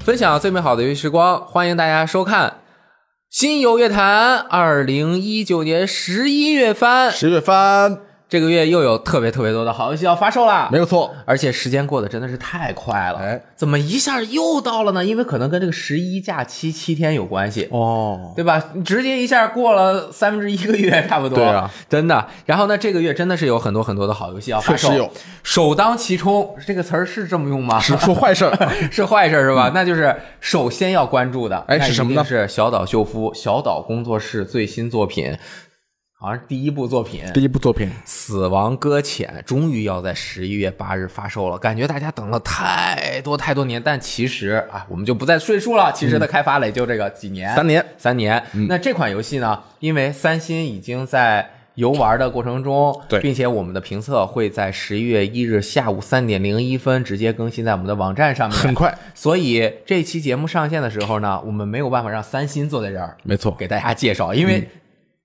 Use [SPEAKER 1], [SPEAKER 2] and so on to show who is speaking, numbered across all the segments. [SPEAKER 1] 分享最美好的游戏时光，欢迎大家收看《新游乐坛》二零一九年十一月番。
[SPEAKER 2] 十月番
[SPEAKER 1] 这个月又有特别特别多的好游戏要发售啦，
[SPEAKER 2] 没有错，
[SPEAKER 1] 而且时间过得真的是太快了，
[SPEAKER 2] 哎，
[SPEAKER 1] 怎么一下又到了呢？因为可能跟这个十一假期七天有关系。
[SPEAKER 2] 哦，
[SPEAKER 1] 对吧？你直接一下过了三分之一个月，差不多。
[SPEAKER 2] 对啊，
[SPEAKER 1] 真的。然后呢，这个月真的是有很多很多的好游戏要发售，
[SPEAKER 2] 确实有
[SPEAKER 1] 首当其冲。这个词儿是这么用吗？
[SPEAKER 2] 只啊说坏事儿，
[SPEAKER 1] 是坏事儿是吧？那就是首先要关注的，
[SPEAKER 2] 嗯哎
[SPEAKER 1] 那
[SPEAKER 2] 是什么呢
[SPEAKER 1] 一定是小岛秀夫小岛工作室最新作品，好像是第一部作品《
[SPEAKER 2] 第一部作品，
[SPEAKER 1] 死亡搁浅》，终于要在十一月八日发售了。感觉大家等了太多太多年，但其实啊，我们就不再赘述了。其实它开发了也就这个几年，
[SPEAKER 2] 嗯三嗯年，
[SPEAKER 1] 三年。那这款游戏呢，因为三星已经在游玩的过程中，
[SPEAKER 2] 对
[SPEAKER 1] 并且我们的评测会在十一月一日下午三点零一分直接更新在我们的网站上面，
[SPEAKER 2] 很快，
[SPEAKER 1] 所以这期节目上线的时候呢，我们没有办法让三星坐在这儿
[SPEAKER 2] 没错，
[SPEAKER 1] 给大家介绍，因为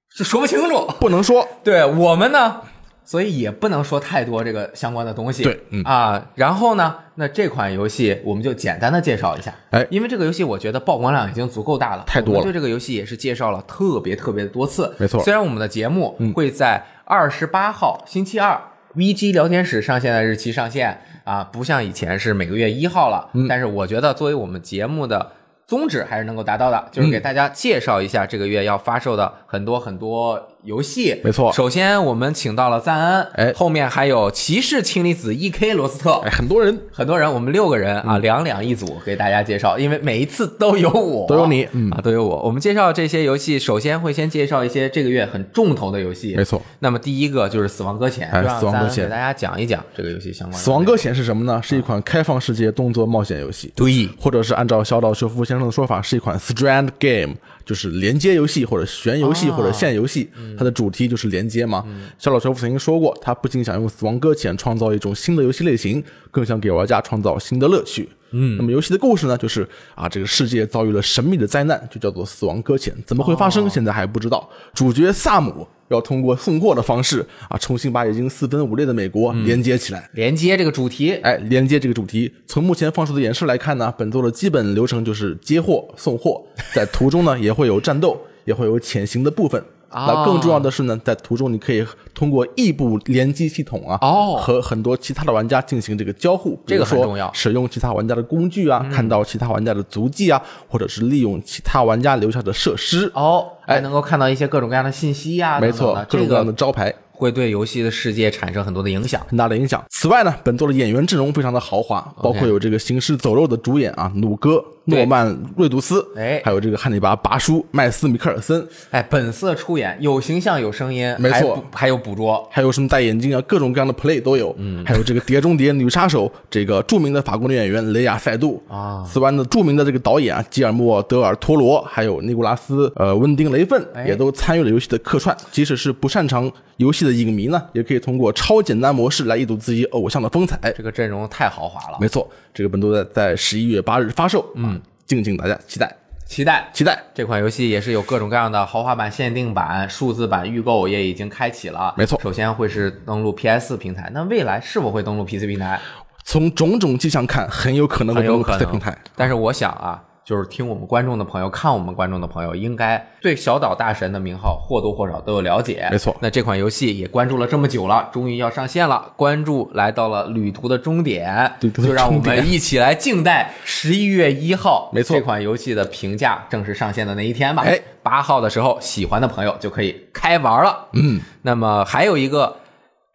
[SPEAKER 1] 是说不清楚。
[SPEAKER 2] 不能说，
[SPEAKER 1] 对我们呢，所以也不能说太多这个相关的东西。
[SPEAKER 2] 对嗯
[SPEAKER 1] 啊，然后呢，那这款游戏我们就简单的介绍一下。
[SPEAKER 2] 哎
[SPEAKER 1] 因为这个游戏我觉得曝光量已经足够大了，
[SPEAKER 2] 太多了
[SPEAKER 1] 我们对这个游戏也是介绍了特别特别多次，
[SPEAKER 2] 没错嗯
[SPEAKER 1] 虽然我们的节目会在二十八号星期二。VG 聊天室上线的日期上线啊，不像以前是每个月一号
[SPEAKER 2] 嗯
[SPEAKER 1] 了，但是我觉得作为我们节目的宗旨还是能够达到的，
[SPEAKER 2] 嗯
[SPEAKER 1] 就是给大家介绍一下这个月要发售的很多很多游戏。
[SPEAKER 2] 没错
[SPEAKER 1] 首先我们请到了赞恩，
[SPEAKER 2] 哎
[SPEAKER 1] 后面还有骑士氢离子 E.K. 罗斯特
[SPEAKER 2] 哎，，嗯很多人
[SPEAKER 1] 很多人，我们六个人啊，两两一组给大家介绍，因为每一次都有我，
[SPEAKER 2] 都有你嗯
[SPEAKER 1] 啊，都有我。我们介绍这些游戏，首先会先介绍一些这个月很重头的游戏，
[SPEAKER 2] 没错。
[SPEAKER 1] 那么第一个就是《死亡搁浅》，
[SPEAKER 2] 哎
[SPEAKER 1] 就让
[SPEAKER 2] 死亡搁
[SPEAKER 1] 咱
[SPEAKER 2] 浅
[SPEAKER 1] 给大家讲一讲这个游戏相关的。
[SPEAKER 2] 死亡搁浅是什么呢？是一款开放世界动作冒险游戏，
[SPEAKER 1] 对，
[SPEAKER 2] 或者是按照小岛秀夫先生的说法，是一款 strand game，就是连接游戏或者悬游戏
[SPEAKER 1] 啊
[SPEAKER 2] 或者线游戏，它的主题就是连接嘛。小岛秀夫曾经说过，他不仅想用死亡搁浅创造一种新的游戏类型，更想给玩家创造新的乐趣。嗯，那么游戏的故事呢，就是啊，这个世界遭遇了神秘的灾难，就叫做死亡搁浅，怎么会发生，现在还不知道。主角萨姆要通过送货的方式啊，重新把已经四分五裂的美国连接起来。
[SPEAKER 1] 连接这个主题，
[SPEAKER 2] 哎，连接这个主题，从目前放出的演示来看呢，本作的基本流程就是接货、送货，在途中呢也会有战斗，也会有潜行的部分。
[SPEAKER 1] 啊
[SPEAKER 2] 那更重要的是呢，在途中你可以通过异步联机系统啊，
[SPEAKER 1] 哦
[SPEAKER 2] 和很多其他的玩家进行这个交互，
[SPEAKER 1] 这个很
[SPEAKER 2] 比如说
[SPEAKER 1] 重要
[SPEAKER 2] 使用其他玩家的工具啊，看到其他玩家的足迹啊，或者是利用其他玩家留下的设施，
[SPEAKER 1] 哦，
[SPEAKER 2] 哎
[SPEAKER 1] 还能够看到一些各种各样的信息呀、
[SPEAKER 2] 没
[SPEAKER 1] 等等
[SPEAKER 2] 错
[SPEAKER 1] 的，
[SPEAKER 2] 各种
[SPEAKER 1] 这
[SPEAKER 2] 各样的
[SPEAKER 1] 个
[SPEAKER 2] 招牌。
[SPEAKER 1] 会对游戏的世界产生很多的影响。
[SPEAKER 2] 很大的影响。此外呢，本作的演员阵容非常的豪华，包括有这个《行尸走肉》的主演啊，努哥、
[SPEAKER 1] 对
[SPEAKER 2] 诺曼·瑞杜斯，
[SPEAKER 1] 哎
[SPEAKER 2] 还有这个汉尼拔·拔叔、麦斯·米克尔森，
[SPEAKER 1] 哎，本色出演，有形象，有声音，
[SPEAKER 2] 没
[SPEAKER 1] 还
[SPEAKER 2] 错
[SPEAKER 1] 不，还有捕捉。
[SPEAKER 2] 还有什么戴眼镜啊，各种各样的 play 都有。嗯，还有这个《碟中谍》女杀手，这个著名的法国女演员雷亚·塞杜
[SPEAKER 1] 啊
[SPEAKER 2] 此外呢，著名的这个导演啊，吉尔莫·德尔托罗，还有尼古拉斯呃温丁雷奋
[SPEAKER 1] 哎
[SPEAKER 2] 也都参与了游戏的客串。即使是不擅长游戏的影迷呢，也可以通过超简单模式来一睹自己偶像的风采。
[SPEAKER 1] 这个阵容太豪华了，
[SPEAKER 2] 没错，这个本作在在十一月八日发售，嗯，敬请大家期待，
[SPEAKER 1] 期待。
[SPEAKER 2] 期待。
[SPEAKER 1] 这款游戏也是有各种各样的豪华版、限定版、数字版预购也已经开启了。
[SPEAKER 2] 没错
[SPEAKER 1] 首先会是登陆 PS 平台，那未来是否会登陆 PC 平台？
[SPEAKER 2] 从种种迹象看，很有可能会
[SPEAKER 1] 很
[SPEAKER 2] 登
[SPEAKER 1] 有
[SPEAKER 2] 陆
[SPEAKER 1] 可
[SPEAKER 2] PC
[SPEAKER 1] 能。
[SPEAKER 2] 平台。
[SPEAKER 1] 但是我想啊，就是听我们观众的朋友、看我们观众的朋友，应该对小岛大神的名号或多或少都有了解。
[SPEAKER 2] 没错
[SPEAKER 1] 那这款游戏也关注了这么久了，终于要上线了，关注来到了旅途的终点。
[SPEAKER 2] 旅途的
[SPEAKER 1] 就让我
[SPEAKER 2] 终点
[SPEAKER 1] 们一起来静待十一月一号，
[SPEAKER 2] 没错
[SPEAKER 1] 这款游戏的评价正式上线的那一天吧。
[SPEAKER 2] 哎，
[SPEAKER 1] 八号的时候，喜欢的朋友就可以开玩了。嗯，那么还有一个。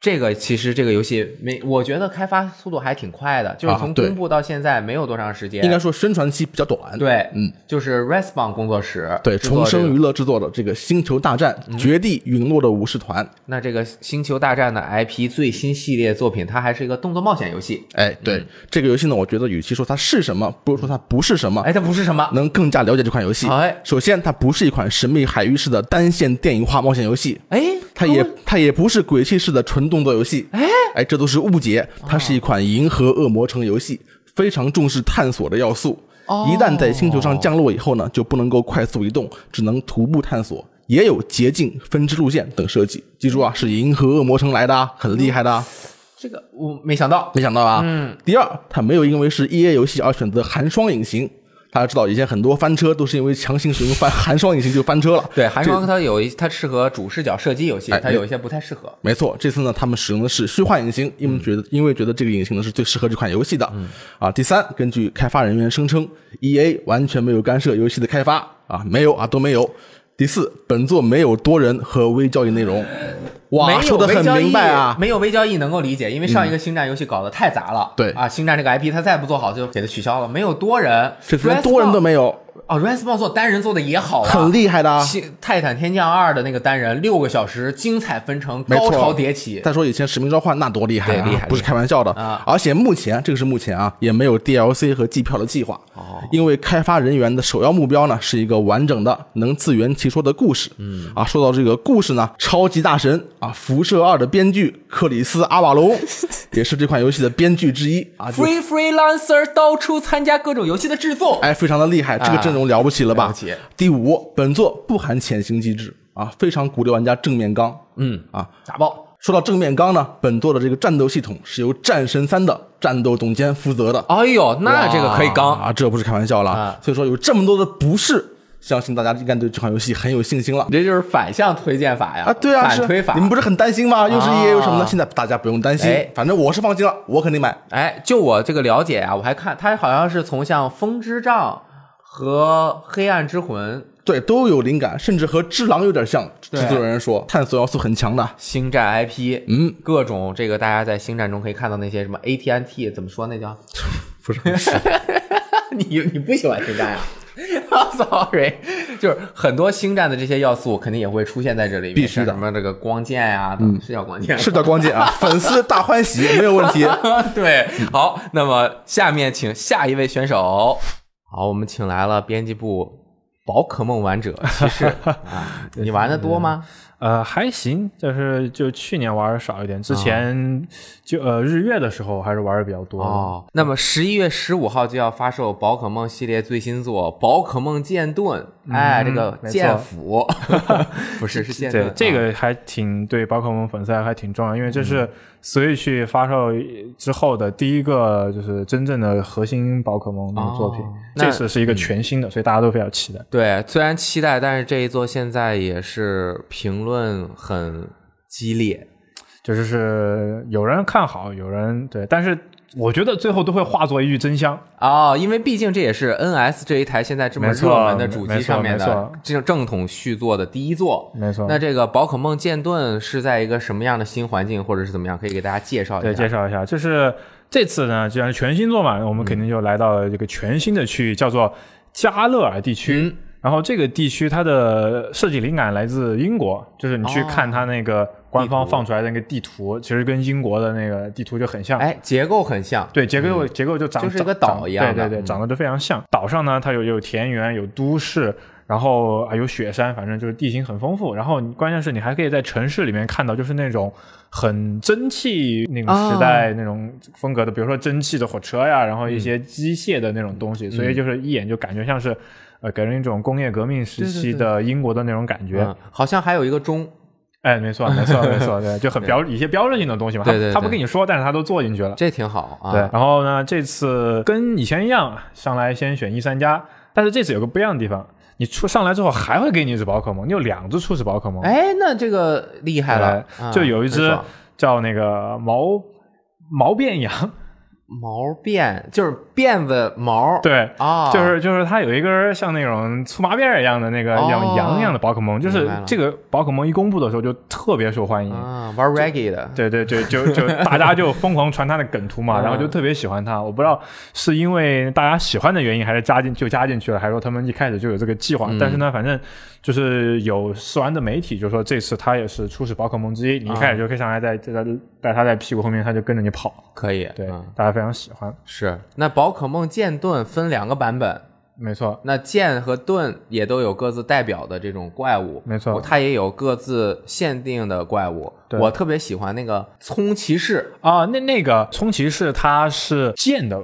[SPEAKER 1] 这个其实这个游戏没，我觉得开发速度还挺快的，就是
[SPEAKER 2] 啊
[SPEAKER 1] 从
[SPEAKER 2] 对
[SPEAKER 1] 公布到现在没有多长时间，
[SPEAKER 2] 应该说宣传期比较短，
[SPEAKER 1] 对，
[SPEAKER 2] 嗯，
[SPEAKER 1] 就是 Respawn 工作室
[SPEAKER 2] 对，
[SPEAKER 1] 制作
[SPEAKER 2] 重
[SPEAKER 1] 这
[SPEAKER 2] 生
[SPEAKER 1] 个嗯
[SPEAKER 2] 娱乐制作的这个《星球大战：绝地陨落的武士团》，
[SPEAKER 1] 那这个《星球大战》的 IP 最新系列作品，它还是一个动作冒险游戏。
[SPEAKER 2] 哎，对这个游戏呢，我觉得与其说它是什么，不如说它不是什么。
[SPEAKER 1] 哎，它不是什么，
[SPEAKER 2] 能更加了解这款游戏。
[SPEAKER 1] 哎
[SPEAKER 2] 首先，它不是一款神秘海域式的单线电影化冒险游戏，
[SPEAKER 1] 哎，
[SPEAKER 2] 它也它也不是鬼泣式的纯动作游戏，哎这都是误解。它是一款银河恶魔城游戏，非常重视探索的要素。
[SPEAKER 1] 哦
[SPEAKER 2] 一旦在星球上降落以后呢，就不能够快速移动，只能徒步探索，也有捷径、分支路线等设计。记住啊，是银河恶魔城来的啊，很厉害的
[SPEAKER 1] 嗯
[SPEAKER 2] 啊。
[SPEAKER 1] 这个我没想到，
[SPEAKER 2] 没想到吧？嗯。第二，它没有因为是 E A 游戏而选择寒霜隐形，大家知道以前很多翻车都是因为强行使用翻 寒霜引擎就翻车了。
[SPEAKER 1] 对，寒霜它有一它适合主视角射击游戏，
[SPEAKER 2] 哎
[SPEAKER 1] 它有一些不太适合。
[SPEAKER 2] 没错，这次呢，他们使用的是虚化引擎，因为觉得、因为觉得这个引擎呢是最适合这款游戏的。啊，第三，根据开发人员声称，E A 完全没有干涉游戏的开发啊，没有啊，都没有。第四，本作没有多人和微交易内容。
[SPEAKER 1] 没
[SPEAKER 2] 哇，
[SPEAKER 1] 有
[SPEAKER 2] 说的很
[SPEAKER 1] 微交易
[SPEAKER 2] 明白啊，
[SPEAKER 1] 没有微交易能够理解，因为上一个星战游戏搞得太杂了。
[SPEAKER 2] 嗯对
[SPEAKER 1] 啊，星战这个 IP 它再不做好就给它取消了。没有多人，
[SPEAKER 2] 这次连多人都没有，
[SPEAKER 1] 哦 r e s p o n 做单人做的也好啊，
[SPEAKER 2] 很厉害的啊。
[SPEAKER 1] 星《泰坦天降二》的那个单人六个小时，精彩纷呈，
[SPEAKER 2] 没
[SPEAKER 1] 高
[SPEAKER 2] 错
[SPEAKER 1] 潮迭起。
[SPEAKER 2] 再说以前《使命召唤》那多厉害啊，
[SPEAKER 1] 对厉害
[SPEAKER 2] 不是开玩笑的
[SPEAKER 1] 啊！
[SPEAKER 2] 而且目前这个是目前啊，也没有 DLC 和季票的计划，哦、因为开发人员的首要目标呢是一个完整的、能自圆其说的故事。嗯，啊，说到这个故事呢，超级大神啊，《辐射二》的编剧克里斯· 阿瓦隆也是这款游戏的编剧之一啊，就
[SPEAKER 1] Free freelancer 到处参加各种游戏的制作，
[SPEAKER 2] 哎，非常的厉害，这个阵容了不起了吧？
[SPEAKER 1] 啊了不起
[SPEAKER 2] 第五，本作不含潜行机制啊，非常鼓励玩家正面刚。嗯啊，
[SPEAKER 1] 打爆。
[SPEAKER 2] 说到正面刚呢，本作的这个战斗系统是由战神三的战斗总监负责的。
[SPEAKER 1] 哎呦，那这个可以
[SPEAKER 2] 哇
[SPEAKER 1] 刚。
[SPEAKER 2] 啊，这不是开玩笑了。
[SPEAKER 1] 啊
[SPEAKER 2] 所以说有这么多的不是，相信大家应该对这款游戏很有信心了
[SPEAKER 1] 你。这就是反向推荐法呀！
[SPEAKER 2] 啊，对啊，
[SPEAKER 1] 反
[SPEAKER 2] 是
[SPEAKER 1] 推法。
[SPEAKER 2] 你们不是很担心吗？又是 EA 又什么的，
[SPEAKER 1] 啊
[SPEAKER 2] 现在大家不用担心
[SPEAKER 1] 哎，
[SPEAKER 2] 反正我是放心了，我肯定买。
[SPEAKER 1] 哎，就我这个了解啊，我还看他好像是从像《风之杖》和《黑暗之魂》《
[SPEAKER 2] 对，都有灵感，甚至和《只狼》有点像。制
[SPEAKER 1] 对
[SPEAKER 2] 作人说，探索要素很强的。
[SPEAKER 1] 星战》IP，
[SPEAKER 2] 嗯，
[SPEAKER 1] 各种这个大家在《星战》中可以看到那些什么 AT&T 怎么说那叫？
[SPEAKER 2] 不是很熟
[SPEAKER 1] 你你不喜欢《星战》啊 ？Sorry，就是很多《星战》的这些要素肯定也会出现在这里面，
[SPEAKER 2] 必须的嗯
[SPEAKER 1] 像什么这个光剑呀、等是叫光剑 吗，
[SPEAKER 2] 是的，光剑啊， 粉丝大欢喜，没有问题。
[SPEAKER 1] 对，
[SPEAKER 2] 嗯
[SPEAKER 1] 好，那么下面请下一位选手。好，我们请来了编辑部宝可梦玩者骑士 啊，你玩的多吗？
[SPEAKER 3] 呃，还行，就是就去年玩的少一点，
[SPEAKER 1] 啊
[SPEAKER 3] 之前就、呃日月的时候还是玩的比较多的。
[SPEAKER 1] 哦，那么十一月十五号就要发售宝可梦系列最新作《宝可梦剑盾》，哎，这个
[SPEAKER 3] 嗯没错
[SPEAKER 1] 剑 斧不是是剑
[SPEAKER 3] 对
[SPEAKER 1] 盾，，
[SPEAKER 3] 这
[SPEAKER 1] 啊嗯
[SPEAKER 3] 个还挺对宝可梦粉丝还挺重要，因为这是 Switch 发售之后的第一个就是真正的核心宝可梦的作品，
[SPEAKER 1] 哦那
[SPEAKER 3] 这次是一个全新的，所以大家都比较期待。
[SPEAKER 1] 对，虽然期待，但是这一作现在也是评论很激烈，
[SPEAKER 3] 就是是有人看好，有人对，但是我觉得最后都会化作一句真香。
[SPEAKER 1] 哦，因为毕竟这也是 NS 这一台现在这么
[SPEAKER 3] 没错
[SPEAKER 1] 热门的主
[SPEAKER 3] 没
[SPEAKER 1] 机
[SPEAKER 3] 错
[SPEAKER 1] 上面
[SPEAKER 3] 没
[SPEAKER 1] 的
[SPEAKER 3] 错嗯
[SPEAKER 1] 这种正统续作的第一作。
[SPEAKER 3] 没错，
[SPEAKER 1] 那这个宝可梦剑盾是在一个什么样的新环境，或者是怎么样，可以给大家介绍一下？
[SPEAKER 3] 对，介绍一下，就是这次呢，既然是全新作嘛，我们
[SPEAKER 1] 嗯
[SPEAKER 3] 肯定就来到了这个全新的区域，叫做加勒尔地区。
[SPEAKER 1] 嗯
[SPEAKER 3] 然后这个地区它的设计灵感来自英国，就是你去
[SPEAKER 1] 哦
[SPEAKER 3] 看它那个官方
[SPEAKER 1] 地图
[SPEAKER 3] 放出来的那个地图，其实跟英国的那个地图就很像。
[SPEAKER 1] 哎，结构很像，
[SPEAKER 3] 对，结构、结构就长
[SPEAKER 1] 嗯就是一个
[SPEAKER 3] 长
[SPEAKER 1] 岛一样的
[SPEAKER 3] 对对对，
[SPEAKER 1] 嗯
[SPEAKER 3] 长得都非常像。岛上呢，它有有田园，有都市，然后啊有雪山，反正就是地形很丰富。然后你关键是你还可以在城市里面看到，就是那种很蒸汽那种时
[SPEAKER 1] 哦
[SPEAKER 3] 代那种风格的，比如说蒸汽的火车呀，然后
[SPEAKER 1] 嗯
[SPEAKER 3] 一些机械的那种东西，所以就是一眼就感觉像是。呃，给人一种工业革命时期的英国的那种感觉，
[SPEAKER 1] 嗯，好像还有一个钟，
[SPEAKER 3] 哎，没错，没错，没错，对，就很标一些标志性的东西嘛，
[SPEAKER 1] 对对对
[SPEAKER 3] 他不跟你说，但是他都做进去了，
[SPEAKER 1] 这挺好啊。
[SPEAKER 3] 对，然后呢，这次跟以前一样，上来先选一三家，但是这次有个不一样的地方，你出上来之后还会给你一只宝可梦，你有两只初始宝可梦，
[SPEAKER 1] 哎，那这个厉害了，
[SPEAKER 3] 对
[SPEAKER 1] 啊
[SPEAKER 3] 就有一
[SPEAKER 1] 很
[SPEAKER 3] 只
[SPEAKER 1] 爽
[SPEAKER 3] 叫那个毛毛变羊，
[SPEAKER 1] 毛辫，就是辫子毛，
[SPEAKER 3] 对。
[SPEAKER 1] 啊，
[SPEAKER 3] 就是就是它有一根像那种粗麻辫儿一样的那个
[SPEAKER 1] 哦
[SPEAKER 3] 羊羊一样的宝可梦，就
[SPEAKER 1] 明
[SPEAKER 3] 是
[SPEAKER 1] 白了
[SPEAKER 3] 这个宝可梦一公布的时候就特别受欢迎，
[SPEAKER 1] 啊，玩 reggae 的，
[SPEAKER 3] 对对对，就就大家就疯狂传他的梗图嘛，
[SPEAKER 1] 嗯
[SPEAKER 3] 然后就特别喜欢他。我不知道是因为大家喜欢的原因，还是加进就加进去了，还是说他们一开始就有这个计划。
[SPEAKER 1] 嗯
[SPEAKER 3] 但是呢，反正就是有试玩的媒体就说，这次他也是初始宝可梦之一，你一
[SPEAKER 1] 嗯
[SPEAKER 3] 开始就可以上来带带他带他在屁股后面，他就跟着你跑。
[SPEAKER 1] 可以，
[SPEAKER 3] 对，
[SPEAKER 1] 嗯
[SPEAKER 3] 大家非常喜欢，
[SPEAKER 1] 是。那宝可梦剑盾分两个版本，
[SPEAKER 3] 没错。
[SPEAKER 1] 那剑和盾也都有各自代表的这种怪物，
[SPEAKER 3] 没错
[SPEAKER 1] 它也有各自限定的怪物。
[SPEAKER 3] 对
[SPEAKER 1] 我特别喜欢那个葱骑士
[SPEAKER 3] 啊，那那个冲骑士他是剑的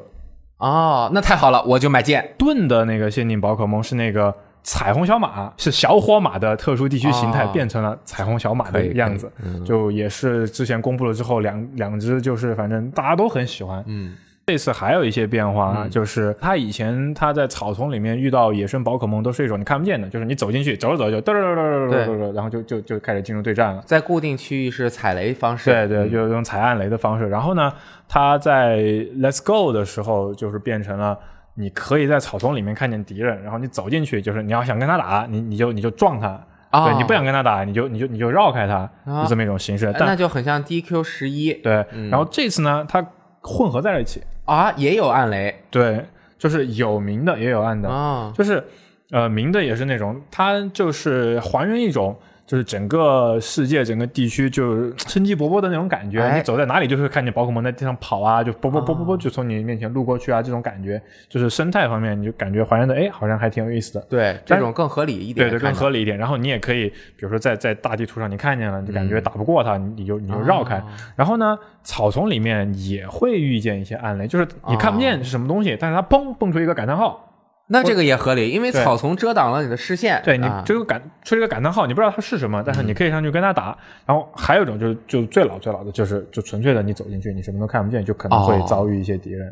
[SPEAKER 1] 哦，那太好了，我就买剑。
[SPEAKER 3] 盾的那个限定宝可梦是那个彩虹小马，是小火马的特殊地区形态
[SPEAKER 1] 哦
[SPEAKER 3] 变成了彩虹小马
[SPEAKER 1] 可
[SPEAKER 3] 的
[SPEAKER 1] 以可以嗯
[SPEAKER 3] 样子，就也是之前公布了之后，两两只就是反正大家都很喜欢。
[SPEAKER 1] 嗯，
[SPEAKER 3] 这次还有一些变化，啊就是他以前他在草丛里面遇到野生宝可梦都是一种你看不见的，就是你走进去走着走着就嘚儿嘚儿嘚儿嘚儿嘚儿嘚儿，然后就就就开始进入对战了。
[SPEAKER 1] 在固定区域是踩雷方式，
[SPEAKER 3] 对对，就是用踩暗雷的方式。然后呢，他在 Let's Go 的时候，就是变成了你可以在草丛里面看见敌人，然后你走进去，就是你要想跟他打，你你就你就撞他。
[SPEAKER 1] 啊
[SPEAKER 3] 对你不想跟他打，你就你就你就绕开他，
[SPEAKER 1] 啊
[SPEAKER 3] 就这么一种形式。
[SPEAKER 1] 哎
[SPEAKER 3] 但
[SPEAKER 1] 那嗯就很像 DQ 十一
[SPEAKER 3] 对，然后这次呢，它混合在了一起，
[SPEAKER 1] 啊，也有暗雷
[SPEAKER 3] 对，就是有明的也有暗的，
[SPEAKER 1] 啊，
[SPEAKER 3] 就是呃明的也是那种，它就是还原一种。就是整个世界、整个地区就是生机勃勃的那种感觉，
[SPEAKER 1] 哎哦
[SPEAKER 3] 你走在哪里就是看见宝可梦在地上跑啊，就啵啵啵啵啵就从你面前路过去啊，这种感觉就是生态方面你就感觉还原的，哎，好像还挺有意思的。
[SPEAKER 1] 对，这种更合理一点，
[SPEAKER 3] 对对，更合理一点。然后你也可以，比如说在在大地图上你看见了，你感
[SPEAKER 1] 嗯
[SPEAKER 3] 觉打不过它，你你就你就绕开。
[SPEAKER 1] 哦
[SPEAKER 3] 然后呢，草丛里面也会遇见一些暗雷，就是你
[SPEAKER 1] 哦
[SPEAKER 3] 看不见是什么东西，但是它砰蹦出一个感叹号，
[SPEAKER 1] 那这个也合理，因为
[SPEAKER 3] 对
[SPEAKER 1] 草丛遮挡了你的视线。
[SPEAKER 3] 对你
[SPEAKER 1] 啊嗯
[SPEAKER 3] 这个感出一个感叹号，你不知道它是什么，但是你可以上去跟它打。然后还有一种就是就最老最老的就是就纯粹的你走进去，你什么都看不见，就可能会
[SPEAKER 1] 哦
[SPEAKER 3] 遭遇一些敌人。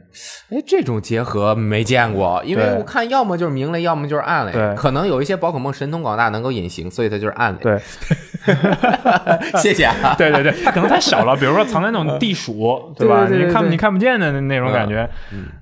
[SPEAKER 1] 哎，这种结合没见过，因为
[SPEAKER 3] 对
[SPEAKER 1] 我看要么就是明雷，要么就是暗雷。
[SPEAKER 3] 对
[SPEAKER 1] 可能有一些宝可梦神通广大能够隐形，所以它就是暗雷。
[SPEAKER 3] 对
[SPEAKER 1] 谢谢啊。
[SPEAKER 3] 对对对，它可能太小了，比如说藏在那种地鼠，对吧？
[SPEAKER 1] 嗯对对对
[SPEAKER 3] 你看
[SPEAKER 1] 对
[SPEAKER 3] 你看不见的那那种感觉。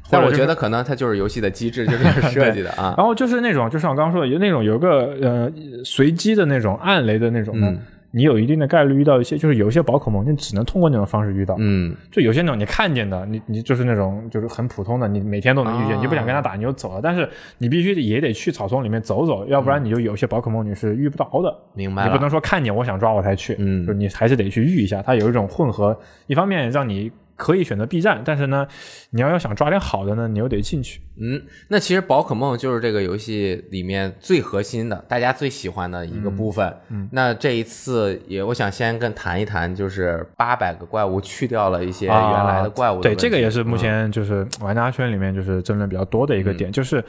[SPEAKER 3] 或
[SPEAKER 1] 但
[SPEAKER 3] 者
[SPEAKER 1] 我
[SPEAKER 3] 就
[SPEAKER 1] 觉
[SPEAKER 3] 是
[SPEAKER 1] 得可能它就是游戏的机制就这样设计的 啊。
[SPEAKER 3] 然后就是那种，就像我刚刚说的，有那种有个呃随机的那种暗雷的那种呢，
[SPEAKER 1] 嗯
[SPEAKER 3] 你有一定的概率遇到一些，就是有一些宝可梦，你只能通过那种方式遇到。
[SPEAKER 1] 嗯，
[SPEAKER 3] 就有些那种你看见的，你你就是那种就是很普通的，你每天都能遇见，
[SPEAKER 1] 啊
[SPEAKER 3] 你不想跟他打你就走了，但是你必须得也得去草丛里面走走，要不然你就有些宝可梦你是遇不着的。
[SPEAKER 1] 明白
[SPEAKER 3] 你不
[SPEAKER 1] 了。
[SPEAKER 3] 能说看见我想抓我才去，
[SPEAKER 1] 嗯
[SPEAKER 3] 就是你还是得去遇一下。它有一种混合，一方面让你可以选择 B 站，但是呢，你要要想抓点好的呢，你又得进去。
[SPEAKER 1] 嗯，那其实宝可梦就是这个游戏里面最核心的，大家最喜欢的一个部分。嗯，那这一次也，我想先跟谈一谈，就是八百个怪物去掉了一些
[SPEAKER 3] 啊
[SPEAKER 1] 原来的怪物的
[SPEAKER 3] 对，
[SPEAKER 1] 问题嗯
[SPEAKER 3] 这个也是目前就是玩家圈里面就是争论比较多的一个点，就是。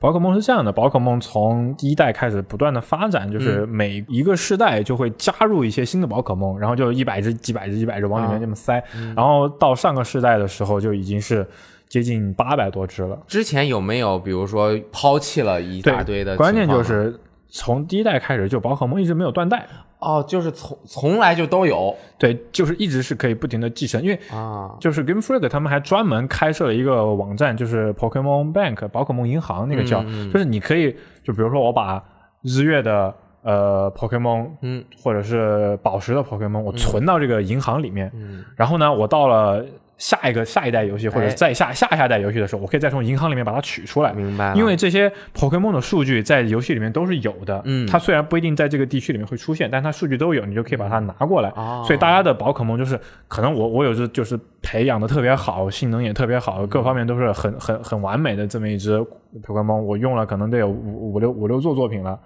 [SPEAKER 3] 宝可梦是这样的，宝可梦从第一代开始不断的发展，就是
[SPEAKER 1] 嗯
[SPEAKER 3] 每一个世代就会加入一些新的宝可梦，然后就一百只、几百只、几百只往
[SPEAKER 1] 啊
[SPEAKER 3] 里面这么塞，
[SPEAKER 1] 嗯
[SPEAKER 3] 然后到上个世代的时候就已经是接近八百多只了。
[SPEAKER 1] 之前有没有比如说抛弃了一
[SPEAKER 3] 对，
[SPEAKER 1] 大堆的情况
[SPEAKER 3] 关
[SPEAKER 1] 呢？
[SPEAKER 3] 键就是从第一代开始，就宝可梦一直没有断代，
[SPEAKER 1] 哦，就是从从来就都有
[SPEAKER 3] 对，就是一直是可以不停的继承，因为
[SPEAKER 1] 啊，
[SPEAKER 3] 就是 Game Freak 他们还专门开设了一个网站，就是 Pokemon Bank 宝可梦银行那个
[SPEAKER 1] 嗯
[SPEAKER 3] 叫，就是你可以就比如说我把日月的呃 Pokemon，
[SPEAKER 1] 嗯，
[SPEAKER 3] 或者是宝石的 Pokemon，我存到这个银行里面，然后呢，我到了下一个下一代游戏或
[SPEAKER 1] 嗯
[SPEAKER 3] 者
[SPEAKER 1] 哎
[SPEAKER 3] 再下下下代游戏的时候，我可以再从银行里面把它取出来，
[SPEAKER 1] 明白了
[SPEAKER 3] 因为这些 Pokemon 的数据在游戏里面都是有的，
[SPEAKER 1] 嗯
[SPEAKER 3] 它虽然不一定在这个地区里面会出现，但它数据都有，你就可以把它拿过来。
[SPEAKER 1] 哦
[SPEAKER 3] 所以大家的宝可梦就是，可能我我有只就是培养的特别好，性能也特别好，各方面都是很很很完美的这么一只 Pokemon，我用了可能得有五五六五六座作品了。
[SPEAKER 1] 哦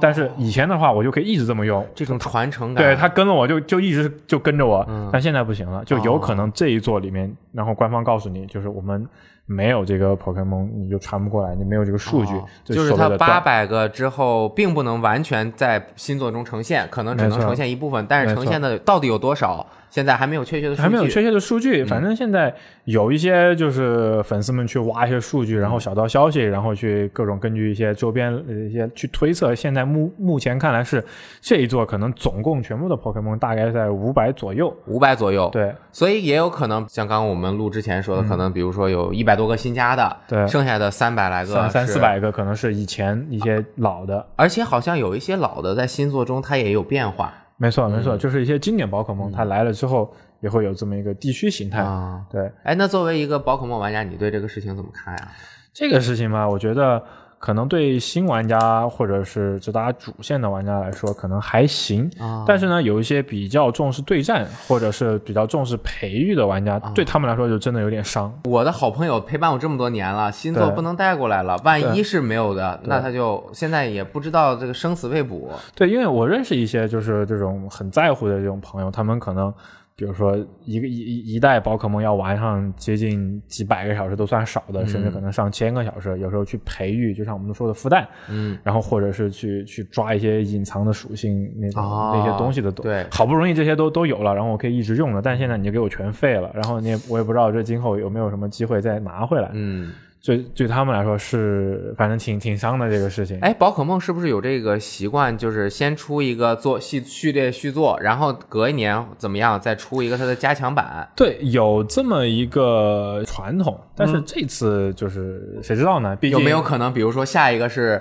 [SPEAKER 3] 但是以前的话，我就可以一直这么用，
[SPEAKER 1] 这种传承感，
[SPEAKER 3] 对他跟了我就就一直就跟着我，
[SPEAKER 1] 嗯
[SPEAKER 3] 但现在不行了，
[SPEAKER 1] 哦
[SPEAKER 3] 就有可能这一座里面，然后官方告诉你，就是我们没有这个 Pokemon，你就传不过来，你没有这个数据，
[SPEAKER 1] 哦
[SPEAKER 3] 这
[SPEAKER 1] 就是
[SPEAKER 3] 所谓
[SPEAKER 1] 它
[SPEAKER 3] 的
[SPEAKER 1] 八
[SPEAKER 3] 断。
[SPEAKER 1] 百个之后，并不能完全在新作中呈现，可能只能
[SPEAKER 3] 没错
[SPEAKER 1] 呈现一部分，但是
[SPEAKER 3] 没
[SPEAKER 1] 呈
[SPEAKER 3] 错
[SPEAKER 1] 现的到底有多少，现在还没有确切的数据，嗯
[SPEAKER 3] 还没有确切的数据，反正现在有一些就是粉丝们去挖一些数
[SPEAKER 1] 嗯
[SPEAKER 3] 据，然后小道消息，然后去各种根据一些周边呃一些去推测，现在目目前看来是这一座可能总共全部的 Pokemon 大概在五百左右，
[SPEAKER 1] 五百左右，，
[SPEAKER 3] 对，嗯
[SPEAKER 1] 所以也有可能像刚刚我们录之前说的，可能比如说有一百多个新加的，
[SPEAKER 3] 对
[SPEAKER 1] 剩下的三百来个
[SPEAKER 3] 三三
[SPEAKER 1] 是啊
[SPEAKER 3] 四。百个可能是以前一些老的，
[SPEAKER 1] 而且好像有一些老的在新作中它也有变化
[SPEAKER 3] 没错，没错，
[SPEAKER 1] 嗯
[SPEAKER 3] 就是一些经典宝可梦，它来了之后也会有这么一个地区形态。
[SPEAKER 1] 啊。
[SPEAKER 3] 对
[SPEAKER 1] 哎，那作为一个宝可梦玩家，你对这个事情怎么看呀、
[SPEAKER 3] 这个事情吧，我觉得可能对新玩家或者是就大家主线的玩家来说，可能还行。
[SPEAKER 1] 啊
[SPEAKER 3] 但是呢，有一些比较重视对战或者是比较重视培育的玩
[SPEAKER 1] 啊
[SPEAKER 3] 家，对他们来说就真的有点伤。
[SPEAKER 1] 我的好朋友陪伴我这么多年了，新作
[SPEAKER 3] 对
[SPEAKER 1] 不能带过来了，万一是没有的，那他就现在也不知道这个生死未卜。
[SPEAKER 3] 对，因为我认识一些就是这种很在乎的这种朋友，他们可能比如说一个一一一代宝可梦要玩上接近几百个小时都算少的，甚至可能上千个小时。有时候去培育，就像我们说的孵蛋，
[SPEAKER 1] 嗯，
[SPEAKER 3] 然后或者是去去抓一些隐藏的属性那种、
[SPEAKER 1] 哦
[SPEAKER 3] 那些东西的东。
[SPEAKER 1] 对
[SPEAKER 3] 好不容易这些都都有了，然后我可以一直用了，但现在你就给我全废了，然后你也我也不知道这今后有没有什么机会再拿回来。
[SPEAKER 1] 嗯，
[SPEAKER 3] 对，对他们来说是反正挺挺伤的这个事情。
[SPEAKER 1] 哎，宝可梦是不是有这个习惯，就是先出一个做系序列续作，然后隔一年怎么样再出一个它的加强版？
[SPEAKER 3] 对，有这么一个传统，但是这次就是谁知道呢？毕
[SPEAKER 1] 嗯
[SPEAKER 3] 竟
[SPEAKER 1] 有没有可能，比如说下一个是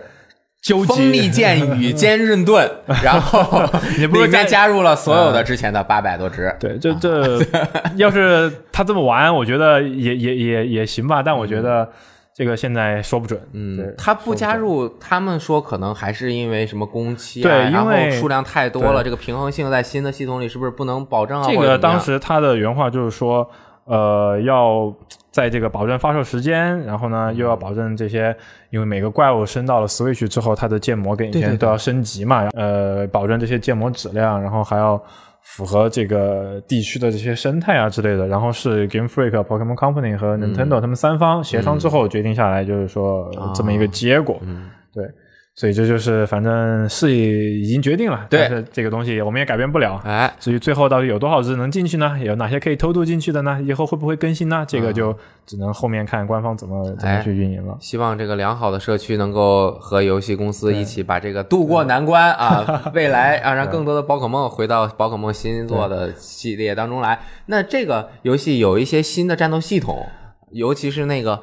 [SPEAKER 3] 究极
[SPEAKER 1] 锋利剑与坚韧盾，然后
[SPEAKER 3] 不是
[SPEAKER 1] 里面
[SPEAKER 3] 在
[SPEAKER 1] 加入了所有的之前的八百多只？
[SPEAKER 3] 对，这 这要是他这么玩，我觉得也也也也行吧，但我觉得这个现在说不准。对
[SPEAKER 1] 嗯，他不加入，他们说可能还是因为什么工期啊，
[SPEAKER 3] 对因
[SPEAKER 1] 然后
[SPEAKER 3] 为
[SPEAKER 1] 数量太多了，
[SPEAKER 3] 对
[SPEAKER 1] 这个平衡性在新的系统里是不是不能保证啊？
[SPEAKER 3] 这
[SPEAKER 1] 或者
[SPEAKER 3] 个
[SPEAKER 1] 怎么样
[SPEAKER 3] 当时他的原话就是说，呃，要在这个保证发售时间，然后呢又
[SPEAKER 1] 嗯
[SPEAKER 3] 要保证这些，因为每个怪物升到了 Switch 之后，它的建模跟以
[SPEAKER 1] 对对
[SPEAKER 3] 前
[SPEAKER 1] 对
[SPEAKER 3] 都要升级嘛，呃，保证这些建模质量，然后还要。符合这个地区的这些生态啊之类的，然后是 Game Freak、Pokemon Company 和 Nintendo 他们三方协商之后决定下来，就是说
[SPEAKER 1] 嗯啊
[SPEAKER 3] 这么一个结果。
[SPEAKER 1] 嗯
[SPEAKER 3] 对，所以这就是反正是已经决定了，
[SPEAKER 1] 对
[SPEAKER 3] 但是这个东西我们也改变不了。
[SPEAKER 1] 哎，
[SPEAKER 3] 至于最后到底有多少只能进去呢？有哪些可以偷渡进去的呢？以后会不会更新呢？
[SPEAKER 1] 嗯
[SPEAKER 3] 这个就只能后面看官方怎么怎
[SPEAKER 1] 哎
[SPEAKER 3] 么去运营了。
[SPEAKER 1] 希望这个良好的社区能够和游戏公司一起把这个渡过难关 啊！未来啊，让更多的宝可梦回到宝可梦新作的系列当中来。那这个游戏有一些新的战斗系统，尤其是那个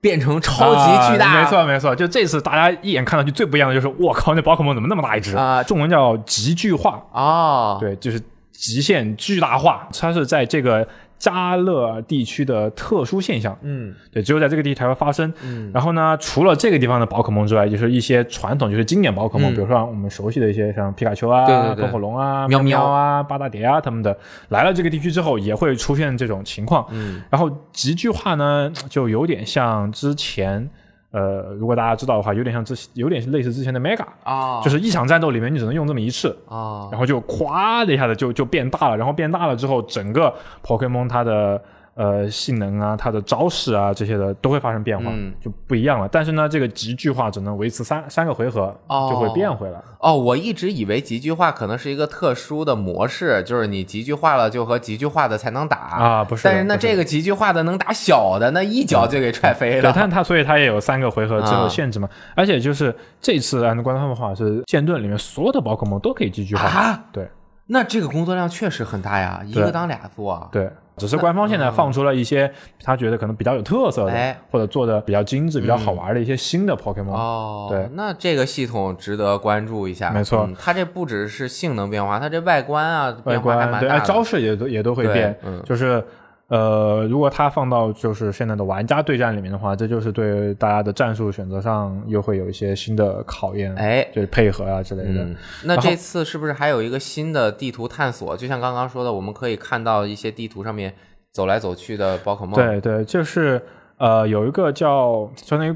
[SPEAKER 1] 变成超级巨大，
[SPEAKER 3] 啊没错没错，就这次大家一眼看上去最不一样的就是，我靠，那宝可梦怎么那么大一只
[SPEAKER 1] 啊
[SPEAKER 3] 中文叫极巨化，
[SPEAKER 1] 哦，
[SPEAKER 3] 对，就是极限巨大化，它是在这个加勒地区的特殊现象。
[SPEAKER 1] 嗯
[SPEAKER 3] 对，只有在这个地区才会发生。
[SPEAKER 1] 嗯
[SPEAKER 3] 然后呢，除了这个地方的宝可梦之外，就是一些传统，就是经典宝可梦，
[SPEAKER 1] 嗯
[SPEAKER 3] 比如说我们熟悉的一些像皮卡丘啊、
[SPEAKER 1] 对对对
[SPEAKER 3] 喷火龙啊、
[SPEAKER 1] 喵
[SPEAKER 3] 喵
[SPEAKER 1] 喵
[SPEAKER 3] 啊、巴达蝶啊他们的，来了这个地区之后也会出现这种情况。
[SPEAKER 1] 嗯
[SPEAKER 3] 然后极巨化呢，就有点像之前，呃，如果大家知道的话，有点像之有点类似之前的 Mega，、
[SPEAKER 1] 哦，
[SPEAKER 3] 就是一场战斗里面你只能用这么一次。
[SPEAKER 1] 哦，
[SPEAKER 3] 然后就咵的一下子就就变大了，然后变大了之后，整个 Pokemon 它的呃性能啊、它的招式啊这些的都会发生变化，
[SPEAKER 1] 嗯
[SPEAKER 3] 就不一样了。但是呢，这个集聚化只能维持三三个回合，
[SPEAKER 1] 哦
[SPEAKER 3] 就会变回来。
[SPEAKER 1] 哦，我一直以为集聚化可能是一个特殊的模式，就是你集聚化了就和集聚化的才能打
[SPEAKER 3] 啊不是的
[SPEAKER 1] 但是那
[SPEAKER 3] 不是嗯
[SPEAKER 1] 这个集聚化的能打小的，那一脚就给踹飞了。
[SPEAKER 3] 对，但它所以它也有三个回合这
[SPEAKER 1] 啊
[SPEAKER 3] 个限制嘛。而且就是这次按照官方的话是剑盾里面所有的宝可梦都可以集聚化，
[SPEAKER 1] 啊，
[SPEAKER 3] 对
[SPEAKER 1] 那这个工作量确实很大呀，一个当俩做啊。
[SPEAKER 3] 对。只是官方现在放出了一些他觉得可能比较有特色的，
[SPEAKER 1] 嗯哎嗯
[SPEAKER 3] 或者做的比较精致、比较好玩的一些新的 Pokemon，、
[SPEAKER 1] 哦，
[SPEAKER 3] 对
[SPEAKER 1] 那这个系统值得关注一下。
[SPEAKER 3] 没错
[SPEAKER 1] 嗯它这不只是性能变化，它这外观啊
[SPEAKER 3] 外
[SPEAKER 1] 变化还
[SPEAKER 3] 观
[SPEAKER 1] 蛮
[SPEAKER 3] 对，
[SPEAKER 1] 大
[SPEAKER 3] 哎，
[SPEAKER 1] 的。
[SPEAKER 3] 招式也都也都会
[SPEAKER 1] 对
[SPEAKER 3] 变，
[SPEAKER 1] 嗯
[SPEAKER 3] 就是呃，如果它放到就是现在的玩家对战里面的话，这就是对大家的战术选择上又会有一些新的考验，
[SPEAKER 1] 哎
[SPEAKER 3] 就是配合啊之类的。
[SPEAKER 1] 嗯，那
[SPEAKER 3] 然后
[SPEAKER 1] 这次是不是还有一个新的地图探索？就像刚刚说的，我们可以看到一些地图上面走来走去的宝可梦。
[SPEAKER 3] 对对，就是呃，有一个叫相当于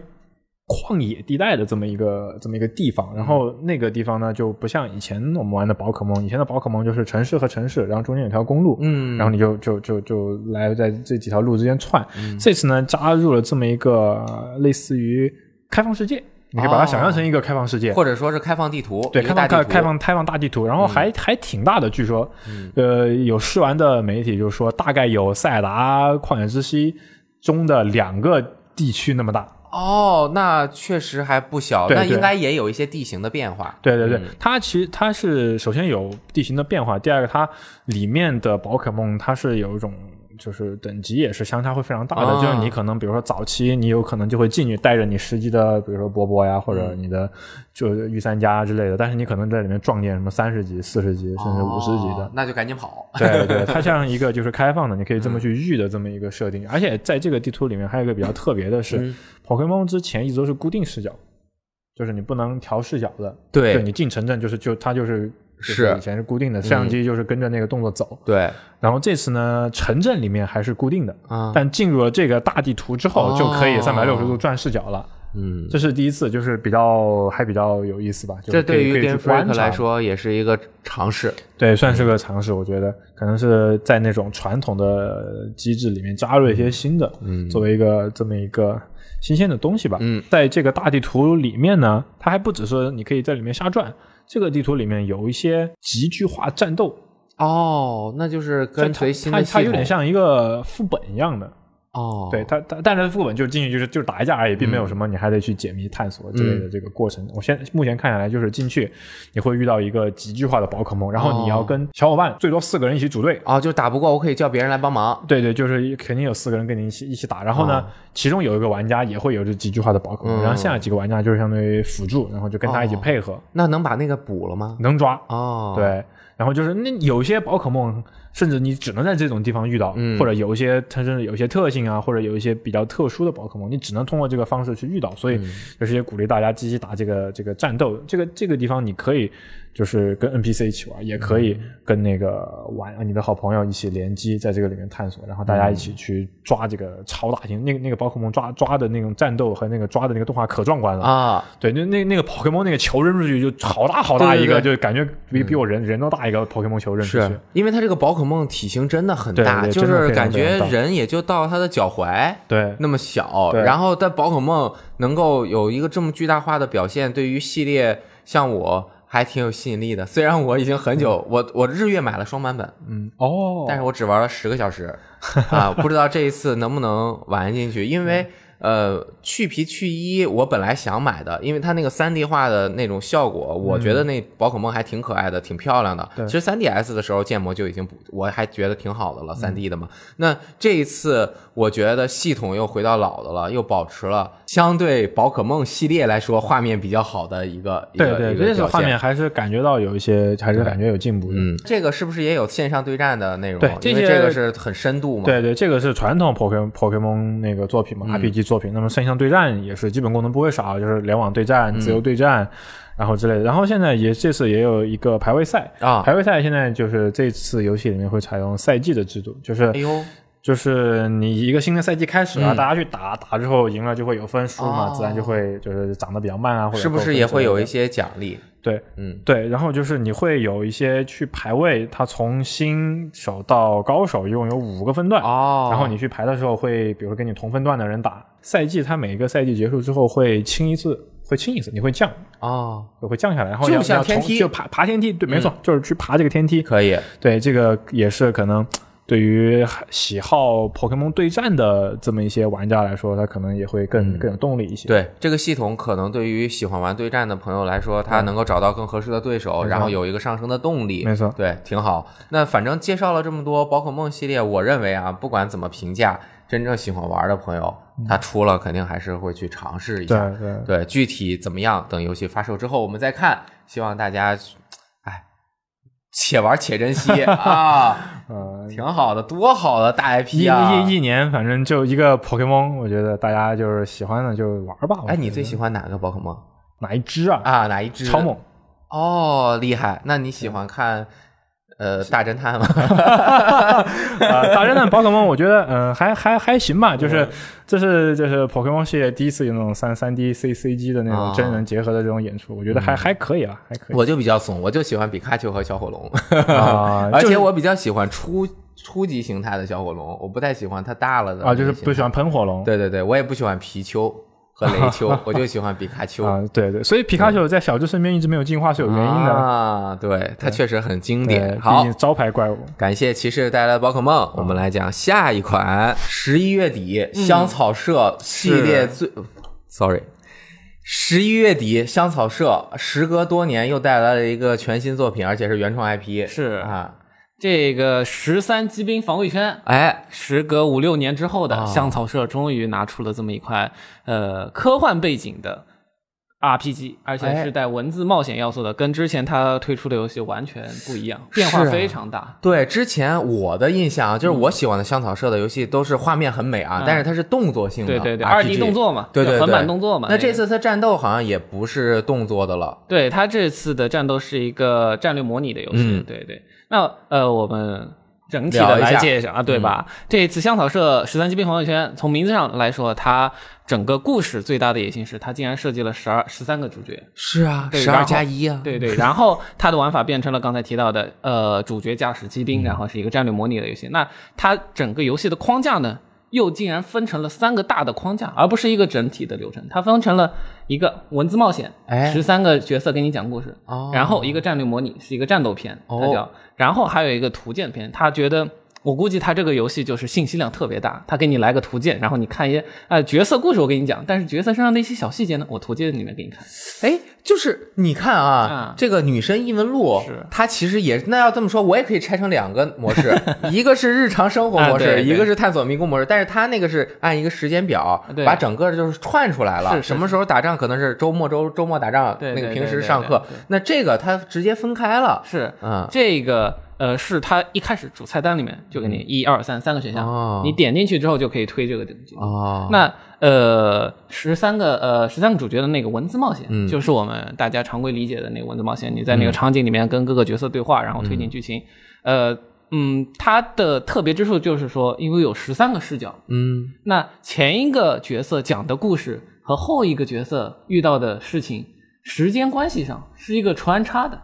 [SPEAKER 3] 旷野地带的这么一个这么一个地方，然后
[SPEAKER 1] 嗯
[SPEAKER 3] 那个地方呢就不像以前我们玩的宝可梦，以前的宝可梦就是城市和城市，然后中间有条公路，
[SPEAKER 1] 嗯
[SPEAKER 3] 然后你就就就就来在这几条路之间窜。
[SPEAKER 1] 嗯
[SPEAKER 3] 这次呢加入了这么一个呃类似于开放世界，你可以把它想象成一个开放世界，
[SPEAKER 1] 哦或者说是开放地图，
[SPEAKER 3] 对，
[SPEAKER 1] 一
[SPEAKER 3] 开
[SPEAKER 1] 个
[SPEAKER 3] 放
[SPEAKER 1] 大
[SPEAKER 3] 开
[SPEAKER 1] 地图嗯
[SPEAKER 3] 开放开放大地图，然后还、还挺大的，据说，呃，有试玩的媒体就说，大概有《塞尔达旷野之息》中的两个地区那么大。
[SPEAKER 1] 哦，那确实还不小，
[SPEAKER 3] 对
[SPEAKER 1] 那
[SPEAKER 3] 对
[SPEAKER 1] 应该也有一些地形的变化。
[SPEAKER 3] 对对对，
[SPEAKER 1] 嗯
[SPEAKER 3] 它其实它是首先有地形的变化，第二个它里面的宝可梦它是有一种。就是等级也是相差会非常大的，
[SPEAKER 1] 啊
[SPEAKER 3] 就是你可能比如说早期你有可能就会进去带着你实际的，比如说波波呀，或者你的就是御三家之类的，但是你可能在里面撞见什么三十级、四十级甚至五十级的
[SPEAKER 1] 哦，那就赶紧跑。
[SPEAKER 3] 对 对，它像一个就是开放的，你可以这么去预的这么一个设定。而且在这个地图里面还有一个比较特别的是
[SPEAKER 1] 嗯，
[SPEAKER 3] 宝可梦之前一直都是固定视角，就是你不能调视角的。
[SPEAKER 1] 对嗯
[SPEAKER 3] 你进城镇就是就它就是。就是以前是固定的，摄像机就是跟着那个动作走。
[SPEAKER 1] 对，
[SPEAKER 3] 然后这次呢，城镇里面还是固定的，
[SPEAKER 1] 啊
[SPEAKER 3] 但进入了这个大地图之后，就可以
[SPEAKER 1] 哦
[SPEAKER 3] 三百六十度转视角了。
[SPEAKER 2] 嗯，
[SPEAKER 3] 这是第一次，就是比较还比较有意思吧。就
[SPEAKER 1] 这
[SPEAKER 3] 是可
[SPEAKER 1] 对
[SPEAKER 3] 以
[SPEAKER 1] 于
[SPEAKER 3] 可以去
[SPEAKER 1] Game Freak
[SPEAKER 3] 观察
[SPEAKER 1] 来说也是一个尝试。
[SPEAKER 3] 对，算是个尝试，我觉得可能是在那种传统的机制里面加入一些新的，嗯，作为一个这么一个新鲜的东西吧。
[SPEAKER 1] 嗯，
[SPEAKER 3] 在这个大地图里面呢，它还不只是你可以在里面瞎转，这个地图里面有一些极具化战斗，
[SPEAKER 1] 哦，那就是跟随新
[SPEAKER 3] 它
[SPEAKER 1] 的
[SPEAKER 3] 它
[SPEAKER 1] 系统
[SPEAKER 3] 它有点像一个副本一样的。
[SPEAKER 1] 哦，
[SPEAKER 3] 对，它它，但是副本就是进去就是就是打一架而已，并没有什
[SPEAKER 1] 嗯
[SPEAKER 3] 么你还得去解谜探索之类的这个过程。我现在目前看下来就是进去你会遇到一个极具化的宝可梦，然后你要跟小伙伴最多四个人一起组队。
[SPEAKER 1] 哦，就打不过我可以叫别人来帮忙。
[SPEAKER 3] 对对，就是肯定有四个人跟你一起一起打，然后呢，其中有一个玩家也会有这极具化的宝可梦，
[SPEAKER 1] 哦嗯
[SPEAKER 3] 然后剩下几个玩家就是相当于辅助，然后就跟他一起
[SPEAKER 1] 哦
[SPEAKER 3] 配合，
[SPEAKER 1] 那能把那个补了吗？
[SPEAKER 3] 能抓。
[SPEAKER 1] 哦，，
[SPEAKER 3] 对，然后就是那有些宝可梦，甚至你只能在这种地方遇到，
[SPEAKER 1] 嗯
[SPEAKER 3] 或者有一些它甚至有一些特性啊，或者有一些比较特殊的宝可梦，你只能通过这个方式去遇到。所以就是也鼓励大家积极打这个这个战斗，这个这个地方你可以就是跟 NPC 一起玩，也可以跟那个玩啊你的好朋友一起联机，在这个里面探索，然后大家一起去抓这个超大型、那个那个宝可梦抓抓的那种战斗和那个抓的那个动画可壮观了
[SPEAKER 1] 啊，
[SPEAKER 3] 对，那那那个 Pokemon 那个球扔出去就好大好大一
[SPEAKER 1] 对对
[SPEAKER 3] 个，
[SPEAKER 1] 对嗯
[SPEAKER 3] 就感觉比比我人人都大一个 Pokemon 球扔出去
[SPEAKER 1] 是。因为它这个宝可梦体型真的很
[SPEAKER 3] 对
[SPEAKER 1] 大，
[SPEAKER 3] 对
[SPEAKER 1] 就
[SPEAKER 3] 真的
[SPEAKER 1] 是
[SPEAKER 3] 非常
[SPEAKER 1] 感觉
[SPEAKER 3] 非常大
[SPEAKER 1] 人也就到它的脚踝。
[SPEAKER 3] 对，
[SPEAKER 1] 那么小，
[SPEAKER 3] 对
[SPEAKER 1] 然后但宝可梦能够有一个这么巨大化的表现，对于系列像我还挺有吸引力的。虽然我已经很久，我我日月买了双版本，
[SPEAKER 3] 嗯，哦，
[SPEAKER 1] 但是我只玩了十个小 时啊，不知道这一次能不能玩进去，因
[SPEAKER 3] 嗯
[SPEAKER 1] 为。呃，去皮去衣我本来想买的，因为它那个三 D 化的那种效果，我觉得那宝可梦还挺可爱的，挺漂亮的。
[SPEAKER 3] 嗯对
[SPEAKER 1] 其实三 DS 的时候建模就已经不，我还觉得挺好的了，三
[SPEAKER 3] 嗯
[SPEAKER 1] D 的嘛。那这一次我觉得系统又回到老的了，又保持了相对宝可梦系列来说画面比较好的一个一
[SPEAKER 3] 对
[SPEAKER 1] 个
[SPEAKER 3] 对，
[SPEAKER 1] 一个
[SPEAKER 3] 这次
[SPEAKER 1] 表
[SPEAKER 3] 画
[SPEAKER 1] 现
[SPEAKER 3] 面还是感觉到有一些，还是感觉有进步的。
[SPEAKER 1] 嗯，这个是不是也有线上对战的内容？
[SPEAKER 3] 对
[SPEAKER 1] 因为
[SPEAKER 3] 这些
[SPEAKER 1] 这个是很深度嘛。
[SPEAKER 3] 对对，这个是传统 Pokemon Pokemon 那个作品嘛、r
[SPEAKER 1] 嗯
[SPEAKER 3] p g 作品。那么圣像对战也是基本功能不会少，就是联网对战、
[SPEAKER 1] 嗯
[SPEAKER 3] 自由对战，然后之类的。然后现在也这次也有一个排位赛
[SPEAKER 1] 啊
[SPEAKER 3] 排位赛现在就是这次游戏里面会采用赛季的制度，就是
[SPEAKER 1] 哎呦，
[SPEAKER 3] 就是你一个新的赛季开始了，
[SPEAKER 1] 嗯
[SPEAKER 3] 大家去打，打之后赢了就会有分数嘛，
[SPEAKER 1] 哦
[SPEAKER 3] 自然就会就是涨得比较慢啊，或者
[SPEAKER 1] 是不
[SPEAKER 3] 扣分
[SPEAKER 1] 是也会有一
[SPEAKER 3] 之
[SPEAKER 1] 些奖励？
[SPEAKER 3] 类的对？
[SPEAKER 1] 嗯，
[SPEAKER 3] 对，然后就是你会有一些去排位，它从新手到高手一共有五个分段，
[SPEAKER 1] 哦
[SPEAKER 3] 啊然后你去排的时候会，比如说跟你同分段的人打。赛季它每一个赛季结束之后会清一次，会清一次，你会降，
[SPEAKER 1] 哦，
[SPEAKER 3] 会降下来，然后
[SPEAKER 1] 就
[SPEAKER 3] 要
[SPEAKER 1] 像
[SPEAKER 3] 要
[SPEAKER 1] 天
[SPEAKER 3] 重
[SPEAKER 1] 梯嗯
[SPEAKER 3] 就爬爬天梯，对，没错，就是去爬这个天梯，
[SPEAKER 1] 可以，
[SPEAKER 3] 对，这个也是可能对于喜好 Pokemon 对战的这么一些玩家来说，他可能也会更、更有动力一些。
[SPEAKER 1] 嗯对这个系统，可能对于喜欢玩对战的朋友来说，他能够找到更合适的对手，然后有一个上升的动力。
[SPEAKER 3] 嗯没错
[SPEAKER 1] 对，挺好。那反正介绍了这么多宝可梦系列，我认为啊，不管怎么评价，真正喜欢玩的朋友，他出了肯定还是会去尝试一下。
[SPEAKER 3] 对嗯对
[SPEAKER 1] 对，具体怎么样，等游戏发售之后我们再看。希望大家，哎，且玩且珍 惜啊，
[SPEAKER 3] 呃，
[SPEAKER 1] 挺好的，多好的大
[SPEAKER 3] 一
[SPEAKER 1] IP 啊！
[SPEAKER 3] 一一年，反正就一个 Pokemon，我觉得大家就是喜欢的就玩吧。我
[SPEAKER 1] 哎，
[SPEAKER 3] 觉
[SPEAKER 1] 你
[SPEAKER 3] 得
[SPEAKER 1] 最喜欢哪个宝可梦
[SPEAKER 3] 哪一只啊？
[SPEAKER 1] 啊？哪一只？
[SPEAKER 3] 超猛！
[SPEAKER 1] 哦，厉害！那你喜欢看呃大侦探吗？
[SPEAKER 3] 啊，大侦探宝可梦，我觉得嗯、呃还还还行吧，就是
[SPEAKER 1] 嗯
[SPEAKER 3] 这是这是 Pokemon 系列第一次有那种三三 D C C G 的那
[SPEAKER 1] 啊嗯
[SPEAKER 3] 种真人结合的这种演出，我觉得还、还可以啊，还可以
[SPEAKER 1] 我就比较怂，我就喜欢比卡丘和小火龙，
[SPEAKER 3] 啊
[SPEAKER 1] 而
[SPEAKER 3] 就
[SPEAKER 1] 且
[SPEAKER 3] 是
[SPEAKER 1] 我比较喜欢初初级形态的小火龙，我不太喜欢它大了的
[SPEAKER 3] 啊，就是
[SPEAKER 1] 那个形
[SPEAKER 3] 不喜
[SPEAKER 1] 态
[SPEAKER 3] 欢喷火龙。
[SPEAKER 1] 对对对，我也不喜欢皮丘和雷 丘，我就喜欢比卡丘。
[SPEAKER 3] 啊，对对，所以皮卡丘在小智身边一直没有进化是有原因的。
[SPEAKER 1] 啊，对，它确实很经
[SPEAKER 3] 对，
[SPEAKER 1] 典。
[SPEAKER 3] 毕
[SPEAKER 1] 好
[SPEAKER 3] 竟，招牌怪物。
[SPEAKER 1] 感谢骑士带来的宝可
[SPEAKER 4] 嗯
[SPEAKER 1] 梦，我们来讲下一款，十一月底香草社系列最，sorry。十一月底，香草社时隔多年又带来了一个全新作品，而且是原创 IP。
[SPEAKER 4] 是
[SPEAKER 1] 啊，
[SPEAKER 4] 这个十三机兵防卫圈，
[SPEAKER 1] 哎，
[SPEAKER 4] 时隔五六年之后
[SPEAKER 1] 啊
[SPEAKER 4] 的香草社终于拿出了这么一款呃科幻背景的 RPG，而且
[SPEAKER 1] 哎
[SPEAKER 4] 是带文字冒险要素的，跟之前它推出的游戏完全不一样，
[SPEAKER 1] 是啊
[SPEAKER 4] 变化非常大。
[SPEAKER 1] 对，之前我的印象啊就是我喜欢的香草社的游戏都是画面很美啊，
[SPEAKER 4] 嗯
[SPEAKER 1] 但是它是动作性的
[SPEAKER 4] 对
[SPEAKER 1] RPG，
[SPEAKER 4] 对对，二 D 动作嘛，
[SPEAKER 1] 对对对
[SPEAKER 4] 横版动作嘛。哎
[SPEAKER 1] 那
[SPEAKER 4] 个
[SPEAKER 1] 这次它战斗好像也不是动作的了，
[SPEAKER 4] 对他这次的战斗是一个战略模拟的游戏，
[SPEAKER 1] 嗯
[SPEAKER 4] 对对。那呃，我们整体的
[SPEAKER 1] 聊一
[SPEAKER 4] 来
[SPEAKER 1] 下嗯
[SPEAKER 4] 介绍啊，对吧？这次香草社十三级变朋友圈，从名字上来说，它整个故事最大的野心是，它竟然设计了十二十三个主角。
[SPEAKER 1] 是啊，
[SPEAKER 4] 对
[SPEAKER 1] 十
[SPEAKER 4] 然
[SPEAKER 1] 二
[SPEAKER 4] 后
[SPEAKER 1] 加一啊，
[SPEAKER 4] 对对，然后它的玩法变成了刚才提到的，呃，主角驾驶机
[SPEAKER 1] 嗯
[SPEAKER 4] 兵，然后是一个战略模拟的游戏。那它整个游戏的框架呢，又竟然分成了三个大的框架，而不是一个整体的流程。它分成了一个文字冒险
[SPEAKER 1] 哎，
[SPEAKER 4] 十三个角色给你讲故事，
[SPEAKER 1] 哦
[SPEAKER 4] 然后一个战略模拟是一个战斗片，它叫，然后还有一个图鉴片，他觉得。我估计他这个游戏就是信息量特别大，他给你来个图鉴，然后你看一些呃角色故事，我给你讲，但是角色身上的一些小细节呢，我图鉴里面给你看。
[SPEAKER 1] 哎，就是你看啊
[SPEAKER 4] 啊，
[SPEAKER 1] 这个女神异闻录
[SPEAKER 4] 是，
[SPEAKER 1] 它其实也那要这么说，我也可以拆成两个模式，一个是日常生活模
[SPEAKER 4] 啊
[SPEAKER 1] 式，
[SPEAKER 4] 对对
[SPEAKER 1] 一个是探索迷宫模式。但是它那个是按一个时间表，
[SPEAKER 4] 对
[SPEAKER 1] 把整个就是串出来
[SPEAKER 4] 是
[SPEAKER 1] 了。
[SPEAKER 4] 是
[SPEAKER 1] 什么时候打仗可能是周末周周末打仗，
[SPEAKER 4] 对
[SPEAKER 1] 那个
[SPEAKER 4] 对
[SPEAKER 1] 平时
[SPEAKER 4] 对对
[SPEAKER 1] 上课
[SPEAKER 4] 对对。
[SPEAKER 1] 那这个它直接分开了，
[SPEAKER 4] 是，
[SPEAKER 1] 嗯
[SPEAKER 4] 这个呃是它一开始主菜单里面就给你一二三三个选
[SPEAKER 1] 嗯
[SPEAKER 4] 项，
[SPEAKER 1] 哦
[SPEAKER 4] 你点进去之后就可以推这个东西。
[SPEAKER 1] 哦，
[SPEAKER 4] 那呃，十三个呃，十三个主角的那个文字冒险，
[SPEAKER 1] 嗯
[SPEAKER 4] 就是我们大家常规理解的那个文字冒险。你在那个场景里面跟各个角色对话，然后推进剧情。呃，嗯，它的特别之处就是说，因为有十三个视角，
[SPEAKER 1] 嗯
[SPEAKER 4] 那前一个角色讲的故事和后一个角色遇到的事情，时间关系上是一个穿插的。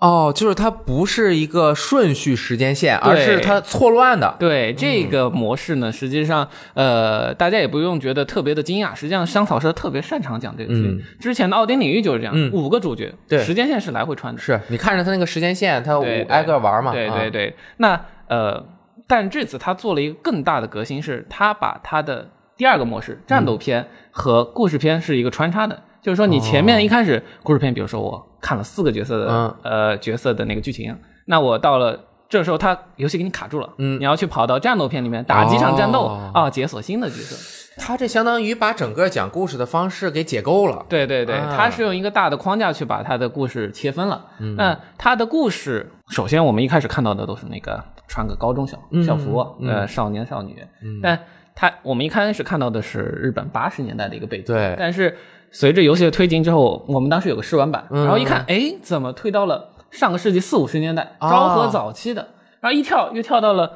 [SPEAKER 1] 哦，就是它不是一个顺序时间线，而
[SPEAKER 4] 对
[SPEAKER 1] 是它错乱的。嗯
[SPEAKER 4] 对这个模式呢，实际上呃，大家也不用觉得特别的惊讶。实际上，香草社特别擅长讲这个事情。
[SPEAKER 1] 嗯
[SPEAKER 4] 之前的奥丁领域就是这样，
[SPEAKER 1] 嗯
[SPEAKER 4] 五个主角，
[SPEAKER 1] 对
[SPEAKER 4] 时间线是来回穿的。
[SPEAKER 1] 是你看着它那个时间线，它五
[SPEAKER 4] 对对
[SPEAKER 1] 挨个玩嘛。
[SPEAKER 4] 对
[SPEAKER 1] 啊
[SPEAKER 4] 对对，那呃，但这次他做了一个更大的革新，是他把他的第二个模式战
[SPEAKER 1] 嗯
[SPEAKER 4] 斗片和故事片是一个穿插的。就是说，你前面一开始故事片，比如说我看了四个角色的、
[SPEAKER 1] 哦嗯
[SPEAKER 4] 呃角色的那个剧情，那我到了这时候，他游戏给你卡住了，嗯，你要去跑到战斗片里面打几场战斗
[SPEAKER 1] 哦
[SPEAKER 4] 啊、解锁新的角色。
[SPEAKER 1] 他这相当于把整个讲故事的方式给解构了。
[SPEAKER 4] 对对对，
[SPEAKER 1] 啊嗯
[SPEAKER 4] 它是用一个大的框架去把它的故事切分了。那它的故事，首先我们一开始看到的都是那个穿个高中校
[SPEAKER 1] 嗯
[SPEAKER 4] 校服，呃，少年少女。但它我们一开始看到的是日本八十年代的一个背景，
[SPEAKER 1] 对
[SPEAKER 4] 但是随着游戏的推进之后，我们当时有个试玩版，
[SPEAKER 1] 嗯
[SPEAKER 4] 然后一看，哎，怎么推到了上个世纪四五十年代
[SPEAKER 1] 啊
[SPEAKER 4] 昭和早期的，然后一跳又跳到了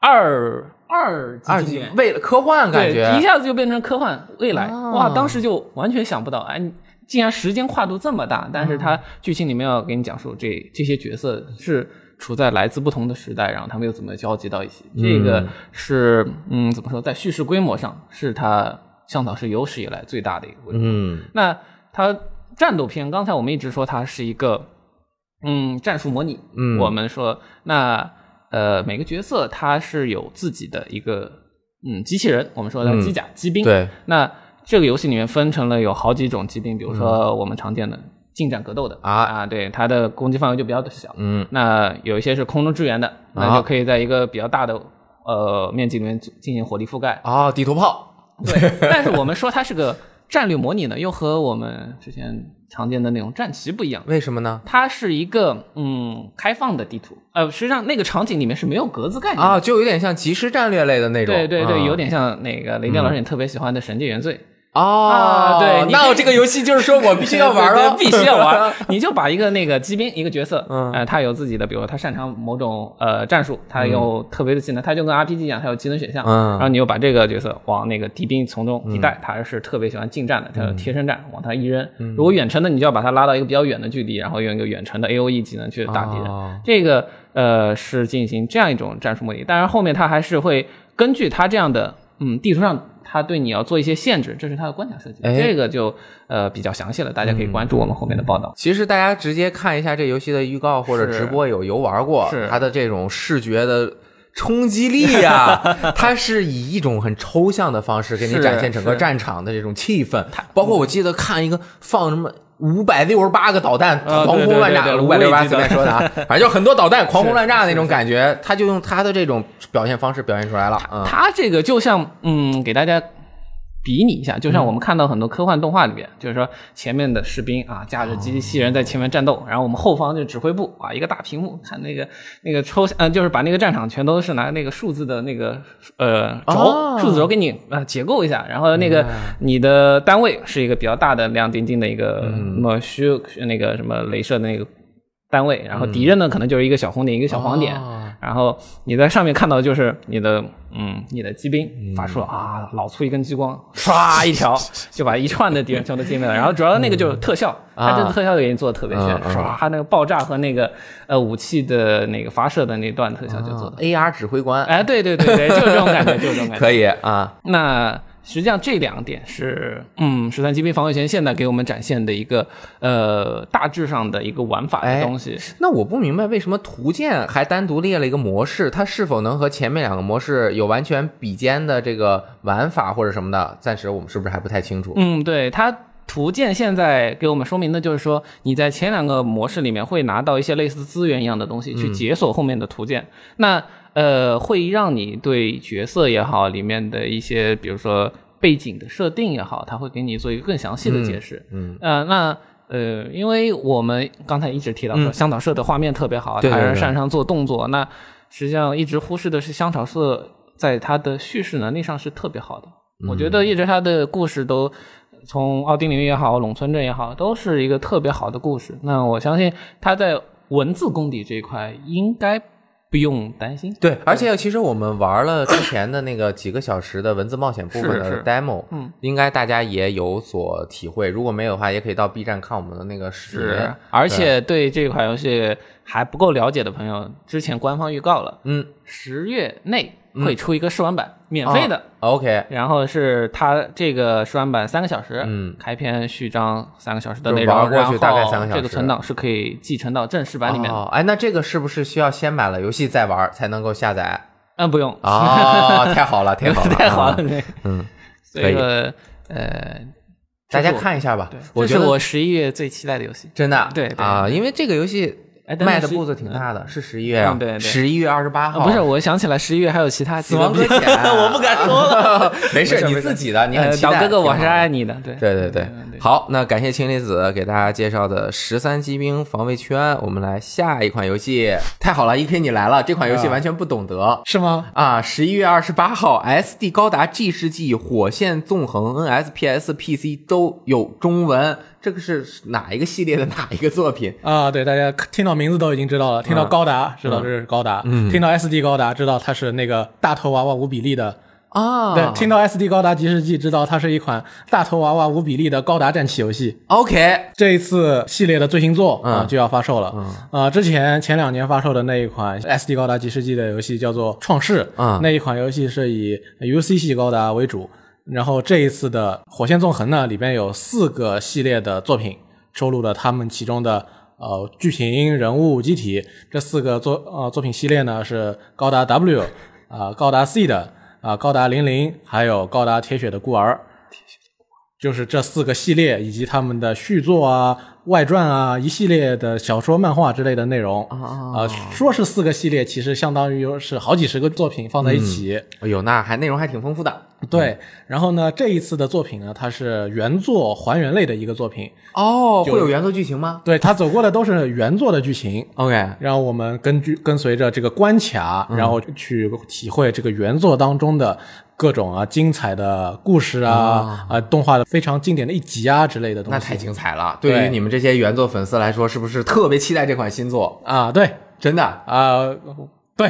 [SPEAKER 4] 二二几
[SPEAKER 1] 二
[SPEAKER 4] 几
[SPEAKER 1] 级
[SPEAKER 4] 年
[SPEAKER 1] 为了科幻感
[SPEAKER 4] 对，
[SPEAKER 1] 觉，
[SPEAKER 4] 一下子就变成科幻未来，
[SPEAKER 1] 啊
[SPEAKER 4] 哇！当时就完全想不到，哎，你竟然时间跨度这么大，但是
[SPEAKER 1] 嗯
[SPEAKER 4] 它剧情里面要给你讲述这这些角色是处在来自不同的时代，然后他们又怎么交集到一起，这个是嗯，怎么说，在叙事规模上是它香草是有史以来最大的一个规模。
[SPEAKER 1] 嗯
[SPEAKER 4] 那它战斗片，刚才我们一直说它是一个嗯战术模拟，
[SPEAKER 1] 嗯
[SPEAKER 4] 我们说那呃每个角色他是有自己的一个嗯机器人，我们说的
[SPEAKER 1] 嗯
[SPEAKER 4] 机甲、机兵，
[SPEAKER 1] 对，
[SPEAKER 4] 那这个游戏里面分成了有好几种机兵，比如说我们常见的近战格斗的
[SPEAKER 1] 嗯啊
[SPEAKER 4] 啊，对，它的攻击范围就比较的小，
[SPEAKER 1] 嗯啊
[SPEAKER 4] 那有一些是空中支援的，那就可以在一个比较大的。呃，面积里面进行火力覆盖，
[SPEAKER 1] 哦，地图炮
[SPEAKER 4] 对， 但是我们说它是个战略模拟呢，又和我们之前常见的那种战棋不一样。
[SPEAKER 1] 为什么呢？
[SPEAKER 4] 它是一个嗯开放的地图，呃，实际上那个场景里面是没有格子概念的。
[SPEAKER 1] 啊，就有点像即时战略类的那种，
[SPEAKER 4] 对对对，
[SPEAKER 1] 嗯
[SPEAKER 4] 有点像那个雷电老师你特别喜欢的《神界原罪》
[SPEAKER 1] 哦
[SPEAKER 4] 啊，对你
[SPEAKER 1] 那我
[SPEAKER 4] 可以
[SPEAKER 1] 这个游戏就是说我必须要玩哦了，
[SPEAKER 4] 对对对必须要玩。你就把一个那个机兵一个角色，
[SPEAKER 1] 嗯
[SPEAKER 4] 呃，他有自己的，比如他擅长某种呃战术，他有特别的技能，他就跟 RPG 一样，他有技能选项，
[SPEAKER 1] 嗯
[SPEAKER 4] 然后你又把这个角色往那个敌兵从中一带，他是特别喜欢近战的，他
[SPEAKER 1] 嗯
[SPEAKER 4] 有贴身战，往他一扔。如果远程的，你就要把他拉到一个比较远的距离，然后用一个远程的 AOE 技能去打敌人。
[SPEAKER 1] 哦
[SPEAKER 4] 这个呃是进行这样一种战术模拟，当然后面它还是会根据它这样的嗯地图上它对你要做一些限制，这是它的关卡设计，
[SPEAKER 1] 哎嗯
[SPEAKER 4] 这个就呃比较详细了，大家可以关注我们后面的报道。
[SPEAKER 1] 其实大家直接看一下这游戏的预告或者
[SPEAKER 4] 是
[SPEAKER 1] 直播有游玩过，
[SPEAKER 4] 是
[SPEAKER 1] 它的这种视觉的。冲击力呀、 它是以一种很抽象的方式给你
[SPEAKER 4] 是
[SPEAKER 1] 展现整个
[SPEAKER 4] 是
[SPEAKER 1] 战场的这种气氛，包括我记得看一个放什么五百六十八个导弹
[SPEAKER 4] 啊
[SPEAKER 1] 狂轰乱炸，
[SPEAKER 4] 对对对对
[SPEAKER 1] 五百六十八
[SPEAKER 4] 无畏
[SPEAKER 1] 随
[SPEAKER 4] 之
[SPEAKER 1] 便说的啊，反正就很多导弹狂轰乱炸那种感觉，他就用他的这种表现方式表现出来了，嗯，
[SPEAKER 4] 它这个就像嗯，给大家比拟一下，
[SPEAKER 1] 嗯
[SPEAKER 4] 就像我们看到很多科幻动画里面，就是说前面的士兵啊，驾着机
[SPEAKER 1] 哦
[SPEAKER 4] 器人在前面战斗，然后我们后方就指挥部啊，一个大屏幕看那个那个抽，呃，就是把那个战场全都是拿那个数字的那个呃轴、
[SPEAKER 1] 哦
[SPEAKER 4] 数字轴给你呃解构一下，然后那个你的单位是一个比较大的亮晶晶的一个什
[SPEAKER 1] 嗯
[SPEAKER 4] 么虚那个什么镭射的那个单位，然后敌人呢可能就是一个小红点一个小黄点。
[SPEAKER 1] 嗯哦
[SPEAKER 4] 然后你在上面看到的就是你的嗯你的机兵法术啊，老粗一根激光，唰一 条就把一串的敌人全部都歼灭了。然后主要那个就是特效，它这
[SPEAKER 1] 啊
[SPEAKER 4] 个特效给你做的特别炫
[SPEAKER 1] 嗯，嗯
[SPEAKER 4] 唰它那个爆炸和那个呃武器的那个发射的那段特效就做的，
[SPEAKER 1] AR 指挥官，
[SPEAKER 4] 哎，对对对 对，就是这种感觉，就是这种
[SPEAKER 1] 嗯
[SPEAKER 4] 感觉。
[SPEAKER 1] 可以啊，
[SPEAKER 4] 那实际上这两点是，嗯，十三骑兵防卫权现在给我们展现的一个呃大致上的一个玩法
[SPEAKER 1] 哎
[SPEAKER 4] 的东西。
[SPEAKER 1] 那我不明白为什么图鉴还单独列了一个模式，它是否能和前面两个模式有完全比肩的这个玩法或者什么的？暂时我们是不是还不太清楚？
[SPEAKER 4] 嗯，对它。图鉴现在给我们说明的就是说，你在前两个模式里面会拿到一些类似资源一样的东西，
[SPEAKER 1] 嗯
[SPEAKER 4] 去解锁后面的图鉴。那呃，会让你对角色也好，里面的一些比如说背景的设定也好，它会给你做一个更详细的解释。
[SPEAKER 1] 嗯，
[SPEAKER 4] 呃，那呃，因为我们刚才一直提到说香草社的画面特别好，
[SPEAKER 1] 嗯
[SPEAKER 4] 啊
[SPEAKER 1] 对对
[SPEAKER 4] 还
[SPEAKER 1] 对
[SPEAKER 4] 是擅长做动作。那实际上一直忽视的是香草社在它的叙事能力上是特别好的。我觉
[SPEAKER 1] 嗯
[SPEAKER 4] 得一直它的故事都从奥丁林也好，陇村镇也好，都是一个特别好的故事。那我相信它在文字功底这一块应该不用担心。
[SPEAKER 1] 对，而且其实我们玩了之前的那个几个小时的文字冒险部分
[SPEAKER 4] 是
[SPEAKER 1] 的
[SPEAKER 4] 是
[SPEAKER 1] demo，
[SPEAKER 4] 嗯，
[SPEAKER 1] 应该大家也有所体会。如果没有的话，也可以到 B 站看我们的那个视频
[SPEAKER 4] 是。，而且对这款游戏还不够了解的朋友，之前官方预告了，
[SPEAKER 1] 嗯，
[SPEAKER 4] 十月内会出一个试玩版，免
[SPEAKER 1] 啊
[SPEAKER 4] 费的。
[SPEAKER 1] OK，
[SPEAKER 4] 然后是它这个试玩版三个小时，
[SPEAKER 1] 嗯
[SPEAKER 4] 开篇序章三个小时的
[SPEAKER 1] 就
[SPEAKER 4] 内容，
[SPEAKER 1] 玩过去
[SPEAKER 4] 然后
[SPEAKER 1] 大概三个小时
[SPEAKER 4] 这个存档是可以继承到正式版里面的。
[SPEAKER 1] 哦，哎，那这个是不是需要先买了游戏再玩才能够下载？
[SPEAKER 4] 嗯，不用，
[SPEAKER 1] 哦，太好了， 太好了，
[SPEAKER 4] 太好了，
[SPEAKER 1] 嗯
[SPEAKER 4] 对
[SPEAKER 1] 嗯，
[SPEAKER 4] 所以说呃，
[SPEAKER 1] 大家看一下吧。我觉
[SPEAKER 4] 这
[SPEAKER 1] 得
[SPEAKER 4] 是我十一月最期待的游戏。
[SPEAKER 1] 真的
[SPEAKER 4] 对对
[SPEAKER 1] 啊，因为这个游戏
[SPEAKER 4] 哎等等
[SPEAKER 1] 迈的
[SPEAKER 4] 是
[SPEAKER 1] 步子挺大的，是十一月啊
[SPEAKER 4] 嗯对，对
[SPEAKER 1] 十一月二十八
[SPEAKER 4] 啊
[SPEAKER 1] 号，
[SPEAKER 4] 不是，我想起来十一月还有其他
[SPEAKER 1] 死亡搁浅，
[SPEAKER 4] 我不敢说了。
[SPEAKER 1] 啊 没事，你自己的，你很
[SPEAKER 4] 呃
[SPEAKER 1] 期 待
[SPEAKER 4] 岛哥哥，我
[SPEAKER 1] 挺
[SPEAKER 4] 是
[SPEAKER 1] 好的
[SPEAKER 4] 爱你的，对
[SPEAKER 1] 对对对，好，那感谢青离子给大家介绍的《十三机兵防卫圈》，我们来下一款游戏。太好了，E K 你来了，这款游
[SPEAKER 4] 啊
[SPEAKER 1] 戏完全不懂得。
[SPEAKER 4] 是吗？
[SPEAKER 1] 啊，十一月二十八号，SD 高达 G 世纪火线纵横 NS、PS、PC 都有中文，这个是哪一个系列的哪一个作品？
[SPEAKER 5] 啊，对，大家听到名字都已经知道了，听到高达知道这是高达，听到 SD 高达知道它是那个大头娃娃无比例的，
[SPEAKER 1] 啊，
[SPEAKER 5] 对，听到 SD 高达即视记知道它是一款大头娃娃无比例的高达战棋游戏。
[SPEAKER 1] ，OK，
[SPEAKER 5] 这一次系列的最新作啊、
[SPEAKER 1] 嗯
[SPEAKER 5] 就要发售了，啊、之前前两年发售的那一款 SD 高达即世纪的游戏叫做《创世》，
[SPEAKER 1] 嗯
[SPEAKER 5] 那一款游戏是以 UC 系高达为主，然后这一次的《火线纵横》呢，里边有四个系列的作品收录了他们其中的呃剧情、人物、机体这四个作呃作品系列呢是高达 W 啊、高达 C 的啊、高达零零，还有高达铁血的孤儿。就是这四个系列以及他们的续作啊、外传啊、一系列的小说、漫画之类的内容啊、
[SPEAKER 1] 哦
[SPEAKER 5] 呃说是四个系列，其实相当于是好几十个作品放在一起。
[SPEAKER 1] 哎呦，那还内容还挺丰富的。
[SPEAKER 5] 对，然后呢，这一次的作品呢，它是原作还原类的一个作品，
[SPEAKER 1] 哦，会有原作剧情吗
[SPEAKER 5] 对，它走过的都是原作的剧情。
[SPEAKER 1] ？OK，
[SPEAKER 5] 然后我们根据跟随着这个关卡，
[SPEAKER 1] 嗯
[SPEAKER 5] 然后去体会这个原作当中的各种啊精彩的故事啊啊、动画的非常经典的一集啊之类的东西。
[SPEAKER 1] 哦那太精彩了。
[SPEAKER 5] 对
[SPEAKER 1] 对于你们这些原作粉丝来说，是不是特别期待这款新作？
[SPEAKER 5] 啊！对，
[SPEAKER 1] 真 的，
[SPEAKER 5] 啊、对，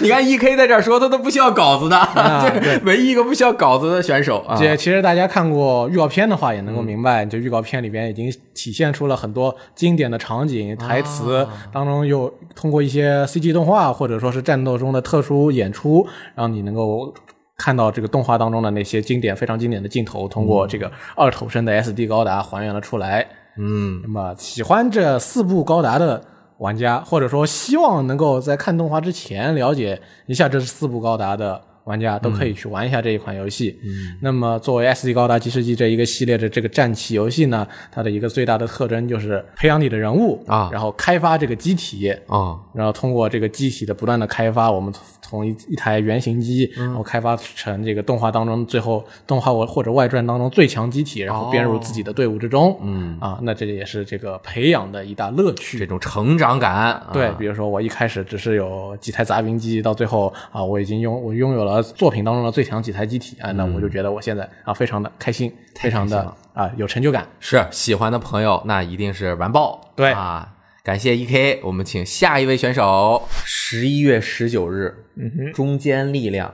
[SPEAKER 1] 你看 E K 在这儿说他都不需要稿 子的，
[SPEAKER 5] 啊
[SPEAKER 1] 这唯一一个不需要稿子的选手啊。
[SPEAKER 5] 这其实大家看过预告片的话，也能够明白，就预告片里边已经体现出了很多经典的场景、台词当中，又通过一些 CG 动画或者说是战斗中的特殊演出，让你能够。看到这个动画当中的那些经典、非常经典的镜头，通过这个二头身的 SD 高达还原了出来。
[SPEAKER 1] 嗯，
[SPEAKER 5] 那么，喜欢这四部高达的玩家，或者说希望能够在看动画之前了解一下这四部高达的玩家，都可以去玩一下这一款游戏。嗯，那么作为 SD 高达即世纪这一个系列的这个战棋游戏呢，它的一个最大的特征就是培养你的人物
[SPEAKER 1] 啊
[SPEAKER 5] 然后开发这个机体。
[SPEAKER 1] 哦，
[SPEAKER 5] 然后通过这个机体的不断的开发，我们从一一台原型机，然后开发成这个动画当中最后动画我或者外传当中最强机体，然后编入自己的队伍之中。嗯啊，那这也是这个培养的一大乐
[SPEAKER 1] 这
[SPEAKER 5] 趣。
[SPEAKER 1] 种成长感，
[SPEAKER 5] 对
[SPEAKER 1] 啊，
[SPEAKER 5] 比如说我一开始只是有几台杂兵机，到最后啊，我已经拥我拥有了作品当中的最强几台机体啊，那我就觉得我现在啊非常的开心，非常的啊有成就感。
[SPEAKER 1] 是喜欢的朋友，那一定是完爆。
[SPEAKER 5] 对
[SPEAKER 1] 啊，感谢 E K，我们请下一位选手。十一月十九日，
[SPEAKER 3] 嗯
[SPEAKER 1] 中间力量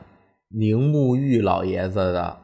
[SPEAKER 1] 铃木玉老爷子的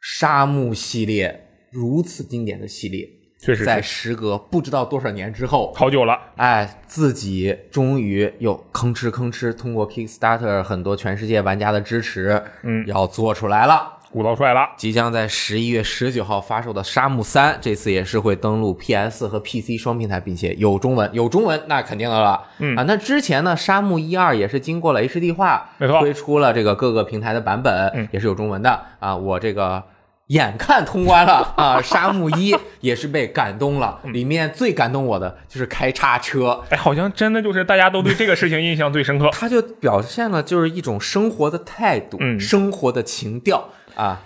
[SPEAKER 1] 沙漠系列如此经典的系列，
[SPEAKER 3] 确实是
[SPEAKER 1] 在时隔不知道多少年之后，
[SPEAKER 3] 好久了，
[SPEAKER 1] 哎，自己终于又吭哧吭哧通过 Kickstarter 很多全世界玩家的支持，
[SPEAKER 3] 嗯
[SPEAKER 1] 要做出来了。
[SPEAKER 3] 古老帅了，
[SPEAKER 1] 即将在十一月十九号发售的《沙漠三》，这次也是会登陆 PS 和 PC 双平台，并且有中文，有中文那肯定的了。嗯啊，那之前呢，《沙漠一二》也是经过了 HD 化，
[SPEAKER 3] 没错
[SPEAKER 1] 推出了这个各个平台的版本，
[SPEAKER 3] 嗯
[SPEAKER 1] 也是有中文的啊。我这个。眼看通关了啊！《沙漠一》也是被感动了，
[SPEAKER 3] 嗯
[SPEAKER 1] 里面最感动我的就是开叉车，。
[SPEAKER 3] 哎，好像真的就是大家都对这个事情印象最深刻
[SPEAKER 1] 它就表现了就是一种生活的态度，
[SPEAKER 3] 嗯
[SPEAKER 1] 生活的情调啊，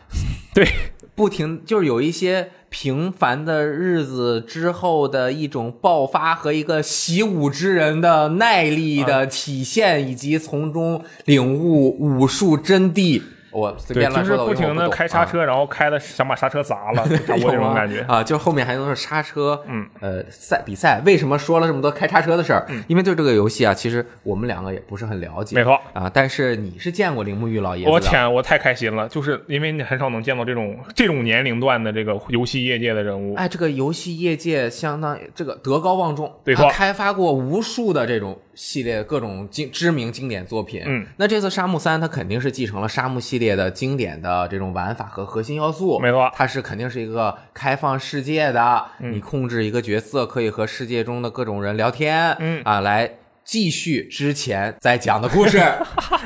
[SPEAKER 3] 对，
[SPEAKER 1] 不停就是有一些平凡的日子之后的一种爆发和一个习武之人的耐力
[SPEAKER 3] 啊
[SPEAKER 1] 的体现，以及从中领悟武术真谛。我随
[SPEAKER 3] 对，
[SPEAKER 1] 便
[SPEAKER 3] 就
[SPEAKER 1] 乱
[SPEAKER 3] 是
[SPEAKER 1] 说的，
[SPEAKER 3] 不
[SPEAKER 1] 我因为
[SPEAKER 3] 停
[SPEAKER 1] 我
[SPEAKER 3] 的
[SPEAKER 1] 懂
[SPEAKER 3] 开刹
[SPEAKER 1] 啊
[SPEAKER 3] 车，然后开的想把刹车砸 了，就差不多这种感觉。
[SPEAKER 1] 啊，就是后面还能是刹车，嗯，呃，赛比赛为什么说了这么多开刹车的事儿？因为对这个游戏啊，其实我们两个也不是很了解，
[SPEAKER 3] 嗯没错
[SPEAKER 1] 啊。但是你是见过铃木玉老爷子的，
[SPEAKER 3] 我天，我太开心了，就是因为你很少能见到这种这种年龄段的这个游戏业界的人物。
[SPEAKER 1] 哎，这个游戏业界相当于这个德高望重，
[SPEAKER 3] 对
[SPEAKER 1] 他
[SPEAKER 3] 错
[SPEAKER 1] 开发过无数的这种系列各种经知名经典作品。
[SPEAKER 3] 嗯，
[SPEAKER 1] 那这次《沙漠三》它肯定是继承了《沙漠》系列的经典的这种玩法和核心要素，
[SPEAKER 3] 没错嗯
[SPEAKER 1] 它是肯定是一个开放世界的，你控制一个角色可以和世界中的各种人聊天，
[SPEAKER 3] 嗯
[SPEAKER 1] 啊，来继续之前在讲的 故事。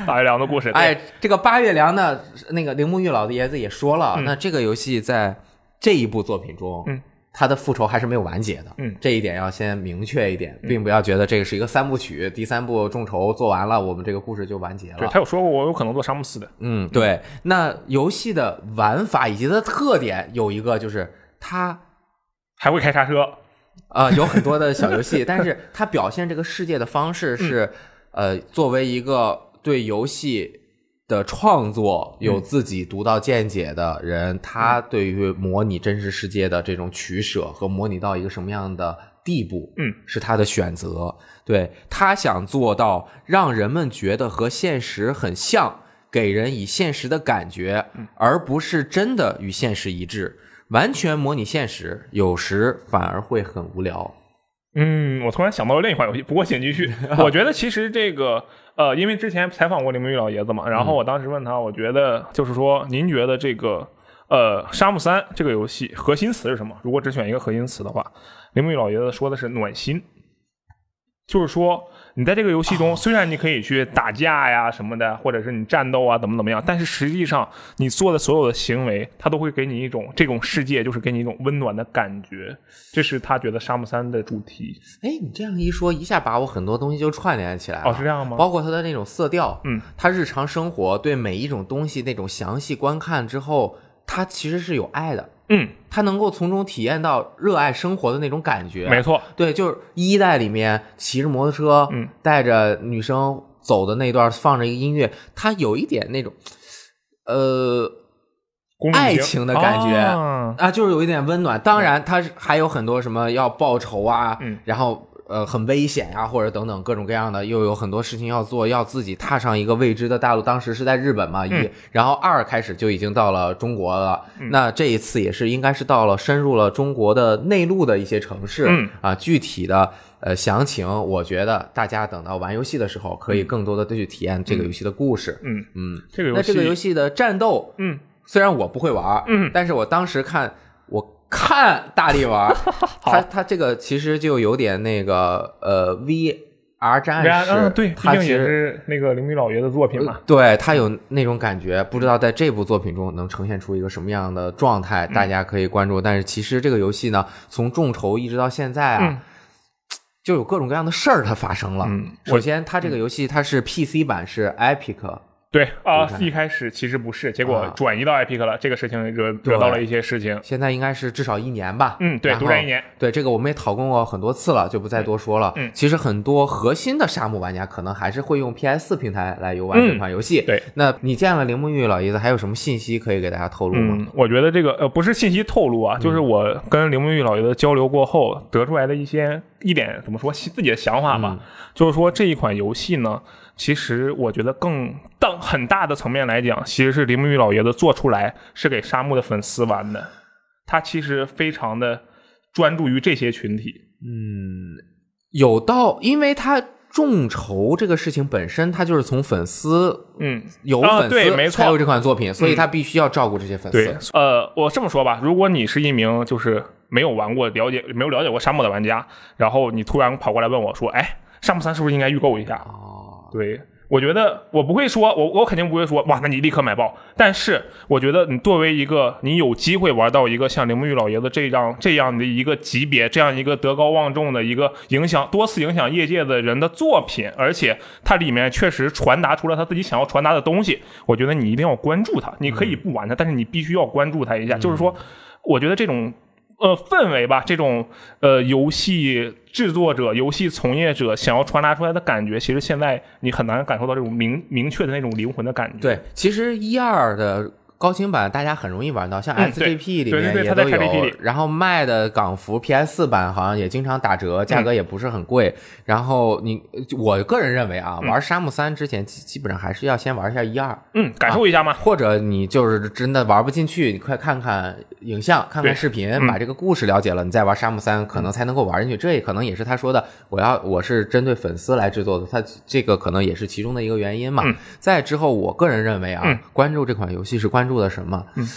[SPEAKER 3] 大月亮的故事，对
[SPEAKER 1] 哎，这个八月凉呢，那个铃木玉老爷子也说了，那这个游戏在这一部作品中，
[SPEAKER 3] 嗯
[SPEAKER 1] 他的复仇还是没有完结的，
[SPEAKER 3] 嗯
[SPEAKER 1] 这一点要先明确一点，并不要觉得这个是一个三部曲，第三部众筹做完了，我们这个故事就完结
[SPEAKER 3] 对
[SPEAKER 1] 了。
[SPEAKER 3] 他有说过我有可能做沙姆斯的，
[SPEAKER 1] 嗯，对。那游戏的玩法以及它的特点有一个就是它。
[SPEAKER 3] 还会开刹车，
[SPEAKER 1] 啊，有很多的小游戏，但是它表现这个世界的方式是，呃，作为一个对游戏的创作有自己独到见解的人，他对于模拟真实世界的这种取舍和模拟到一个什么样的地步，
[SPEAKER 3] 嗯，
[SPEAKER 1] 是他的选择。对他想做到让人们觉得和现实很像，给人以现实的感觉，而不是真的与现实一致。完全模拟现实，有时反而会很无聊。
[SPEAKER 3] 嗯，我突然想到了另一款游戏，不过请继续。我觉得其实这个，呃，因为之前采访过林明玉老爷子嘛，然后我当时问他，我觉得就是说，您觉得这个，呃，《沙漠三》这个游戏核心词是什么？如果只选一个核心词的话，林明玉老爷子说的是暖心，就是说你在这个游戏中，虽然你可以去打架呀什么的，或者是你战斗啊怎么怎么样，但是实际上你做的所有的行为，它都会给你一种这种世界就是给你一种温暖的感觉，这是他觉得《沙漠三》的主题。
[SPEAKER 1] 哎，你这样一说，一下把我很多东西就串联起来了。
[SPEAKER 3] 哦是这样吗
[SPEAKER 1] 啊包括它的那种色调，
[SPEAKER 3] 嗯，
[SPEAKER 1] 它日常生活对每一种东西那种详细观看之后，它其实是有爱的，
[SPEAKER 3] 嗯，
[SPEAKER 1] 它能够从中体验到热爱生活的那种感觉。
[SPEAKER 3] 没错，
[SPEAKER 1] 对，啊就是一代里面骑着摩托车，
[SPEAKER 3] 嗯，
[SPEAKER 1] 带着女生走的那段放着一个音乐，它有一点那种，呃，
[SPEAKER 3] 公主
[SPEAKER 1] 爱情的感觉
[SPEAKER 3] 啊
[SPEAKER 1] 啊，就是有一点温暖。当然，它是还有很多什么要报仇啊，
[SPEAKER 3] 嗯
[SPEAKER 1] 然后呃很危险啊，或者等等各种各样的，又有很多事情要做，要自己踏上一个未知的大陆。当时是在日本嘛，
[SPEAKER 3] 嗯
[SPEAKER 1] 一、然后二开始就已经到了中国了。那这一次也是应该是到了深入了中国的内陆的一些城市、
[SPEAKER 3] 嗯
[SPEAKER 1] 啊，具体的。呃，详情我觉得大家等到玩游戏的时候，可以更多的去体验这个游戏的故事。
[SPEAKER 3] 嗯，
[SPEAKER 1] 嗯，
[SPEAKER 3] 这个游
[SPEAKER 1] 那
[SPEAKER 3] 戏，
[SPEAKER 1] 这个游，戏的战斗，
[SPEAKER 3] 嗯，
[SPEAKER 1] 虽然我不会玩儿，
[SPEAKER 3] 嗯
[SPEAKER 1] 但是我当时看，我看大力 玩儿，他他这个其实就有点那个呃 VR 战士，
[SPEAKER 3] 嗯，对，毕
[SPEAKER 1] 他
[SPEAKER 3] 竟
[SPEAKER 1] 其
[SPEAKER 3] 也
[SPEAKER 1] 实。
[SPEAKER 3] 是那个林明老爷的作品嘛
[SPEAKER 1] 呃。对他有那种感觉，不知道在这部作品中能呈现出一个什么样的状态，大
[SPEAKER 3] 嗯
[SPEAKER 1] 家可以关注。但是其实这个游戏呢，从众筹一直到现在啊，
[SPEAKER 3] 嗯
[SPEAKER 1] 就有各种各样的事儿它发生了。
[SPEAKER 3] 嗯
[SPEAKER 1] 首先，它这个游戏它是 PC 版是 Epic
[SPEAKER 3] 对啊、一开始其实不是，结果
[SPEAKER 1] 啊
[SPEAKER 3] 转移到 Epic 了，这个事情惹
[SPEAKER 1] 对
[SPEAKER 3] 惹到了一些事情。
[SPEAKER 1] 现在应该是至少一年吧。
[SPEAKER 3] 嗯对
[SPEAKER 1] 然后
[SPEAKER 3] 独占一年。
[SPEAKER 1] 对这个我们也讨论过很多次了，就不再多说了。
[SPEAKER 3] 嗯嗯
[SPEAKER 1] 其实很多核心的沙漠玩家可能还是会用 PS 4平台来游玩这款游戏。
[SPEAKER 3] 嗯对，
[SPEAKER 1] 那你见了铃木玉老爷子，还有什么信息可以给大家透露吗？嗯
[SPEAKER 3] 嗯，我觉得这个呃不是信息透露啊，就是我跟铃木玉老爷的交流过后得出来的一些一点怎么说自己的想法
[SPEAKER 1] 嗯
[SPEAKER 3] 吧，就是说这一款游戏呢，其实我觉得更大很大的层面来讲，其实是铃木玉老爷子做出来是给沙漠的粉丝玩的，他其实非常的专注于这些群体，
[SPEAKER 1] 有到，因为他众筹这个事情本身，他就是从粉丝
[SPEAKER 3] 嗯，
[SPEAKER 1] 有
[SPEAKER 3] 啊
[SPEAKER 1] 粉
[SPEAKER 3] 对没
[SPEAKER 1] 丝
[SPEAKER 3] 错嗯
[SPEAKER 1] 才有这款作品，所以他必须要照顾这些粉
[SPEAKER 3] 对
[SPEAKER 1] 丝。，
[SPEAKER 3] 呃，我这么说吧，如果你是一名就是没有玩过、了解没有了解过沙漠的玩家，然后你突然跑过来问我说：“哎，沙漠三是不是应该预购一下？”
[SPEAKER 1] 哦，
[SPEAKER 3] 对，我觉得我不会说，我我肯定不会说，哇，那你立刻买爆。但是我觉得你作为一个，你有机会玩到一个像铃木玉老爷子这样这样的一个级别，这样一个德高望重的一个影响多次影响业界的人的作品，而且它里面确实传达出了他自己想要传达的东西。我觉得你一定要关注
[SPEAKER 1] 嗯
[SPEAKER 3] 它，你可以不玩它，但是你必须要关注它一下。就是说，我觉得这种呃氛围吧，这种呃游戏制作者、游戏从业者想要传达出来的感觉，其实现在你很难感受到这种明明确的那种灵魂的感觉。
[SPEAKER 1] 对，其实一二的。高清版大家很容易玩到，像
[SPEAKER 3] 嗯对
[SPEAKER 1] SGP 里
[SPEAKER 3] 对对
[SPEAKER 1] 面
[SPEAKER 3] 对
[SPEAKER 1] 也
[SPEAKER 3] 它
[SPEAKER 1] 都有，
[SPEAKER 3] 在 SGP 里
[SPEAKER 1] 然后卖的港服 PS 4版好像也经常打折，
[SPEAKER 3] 嗯
[SPEAKER 1] 价格也不是很贵。然后你，我个人认为啊，玩沙漠三之前基基本上还是要先玩一下一二，
[SPEAKER 3] 嗯，感受一下嘛。
[SPEAKER 1] 或者你就是真的玩不进去，你快看看影像，看看
[SPEAKER 3] 对
[SPEAKER 1] 视频，
[SPEAKER 3] 嗯
[SPEAKER 1] 把这个故事了解了，你再玩《沙漠三》，可能才能够玩进去。这也可能也是他说的，我要我是针对粉丝来制作的，他这个可能也是其中的一个原因嘛。
[SPEAKER 3] 嗯
[SPEAKER 1] 再之后，我个人认为啊，
[SPEAKER 3] 嗯
[SPEAKER 1] 关注这款游戏是关注的什么？
[SPEAKER 3] 嗯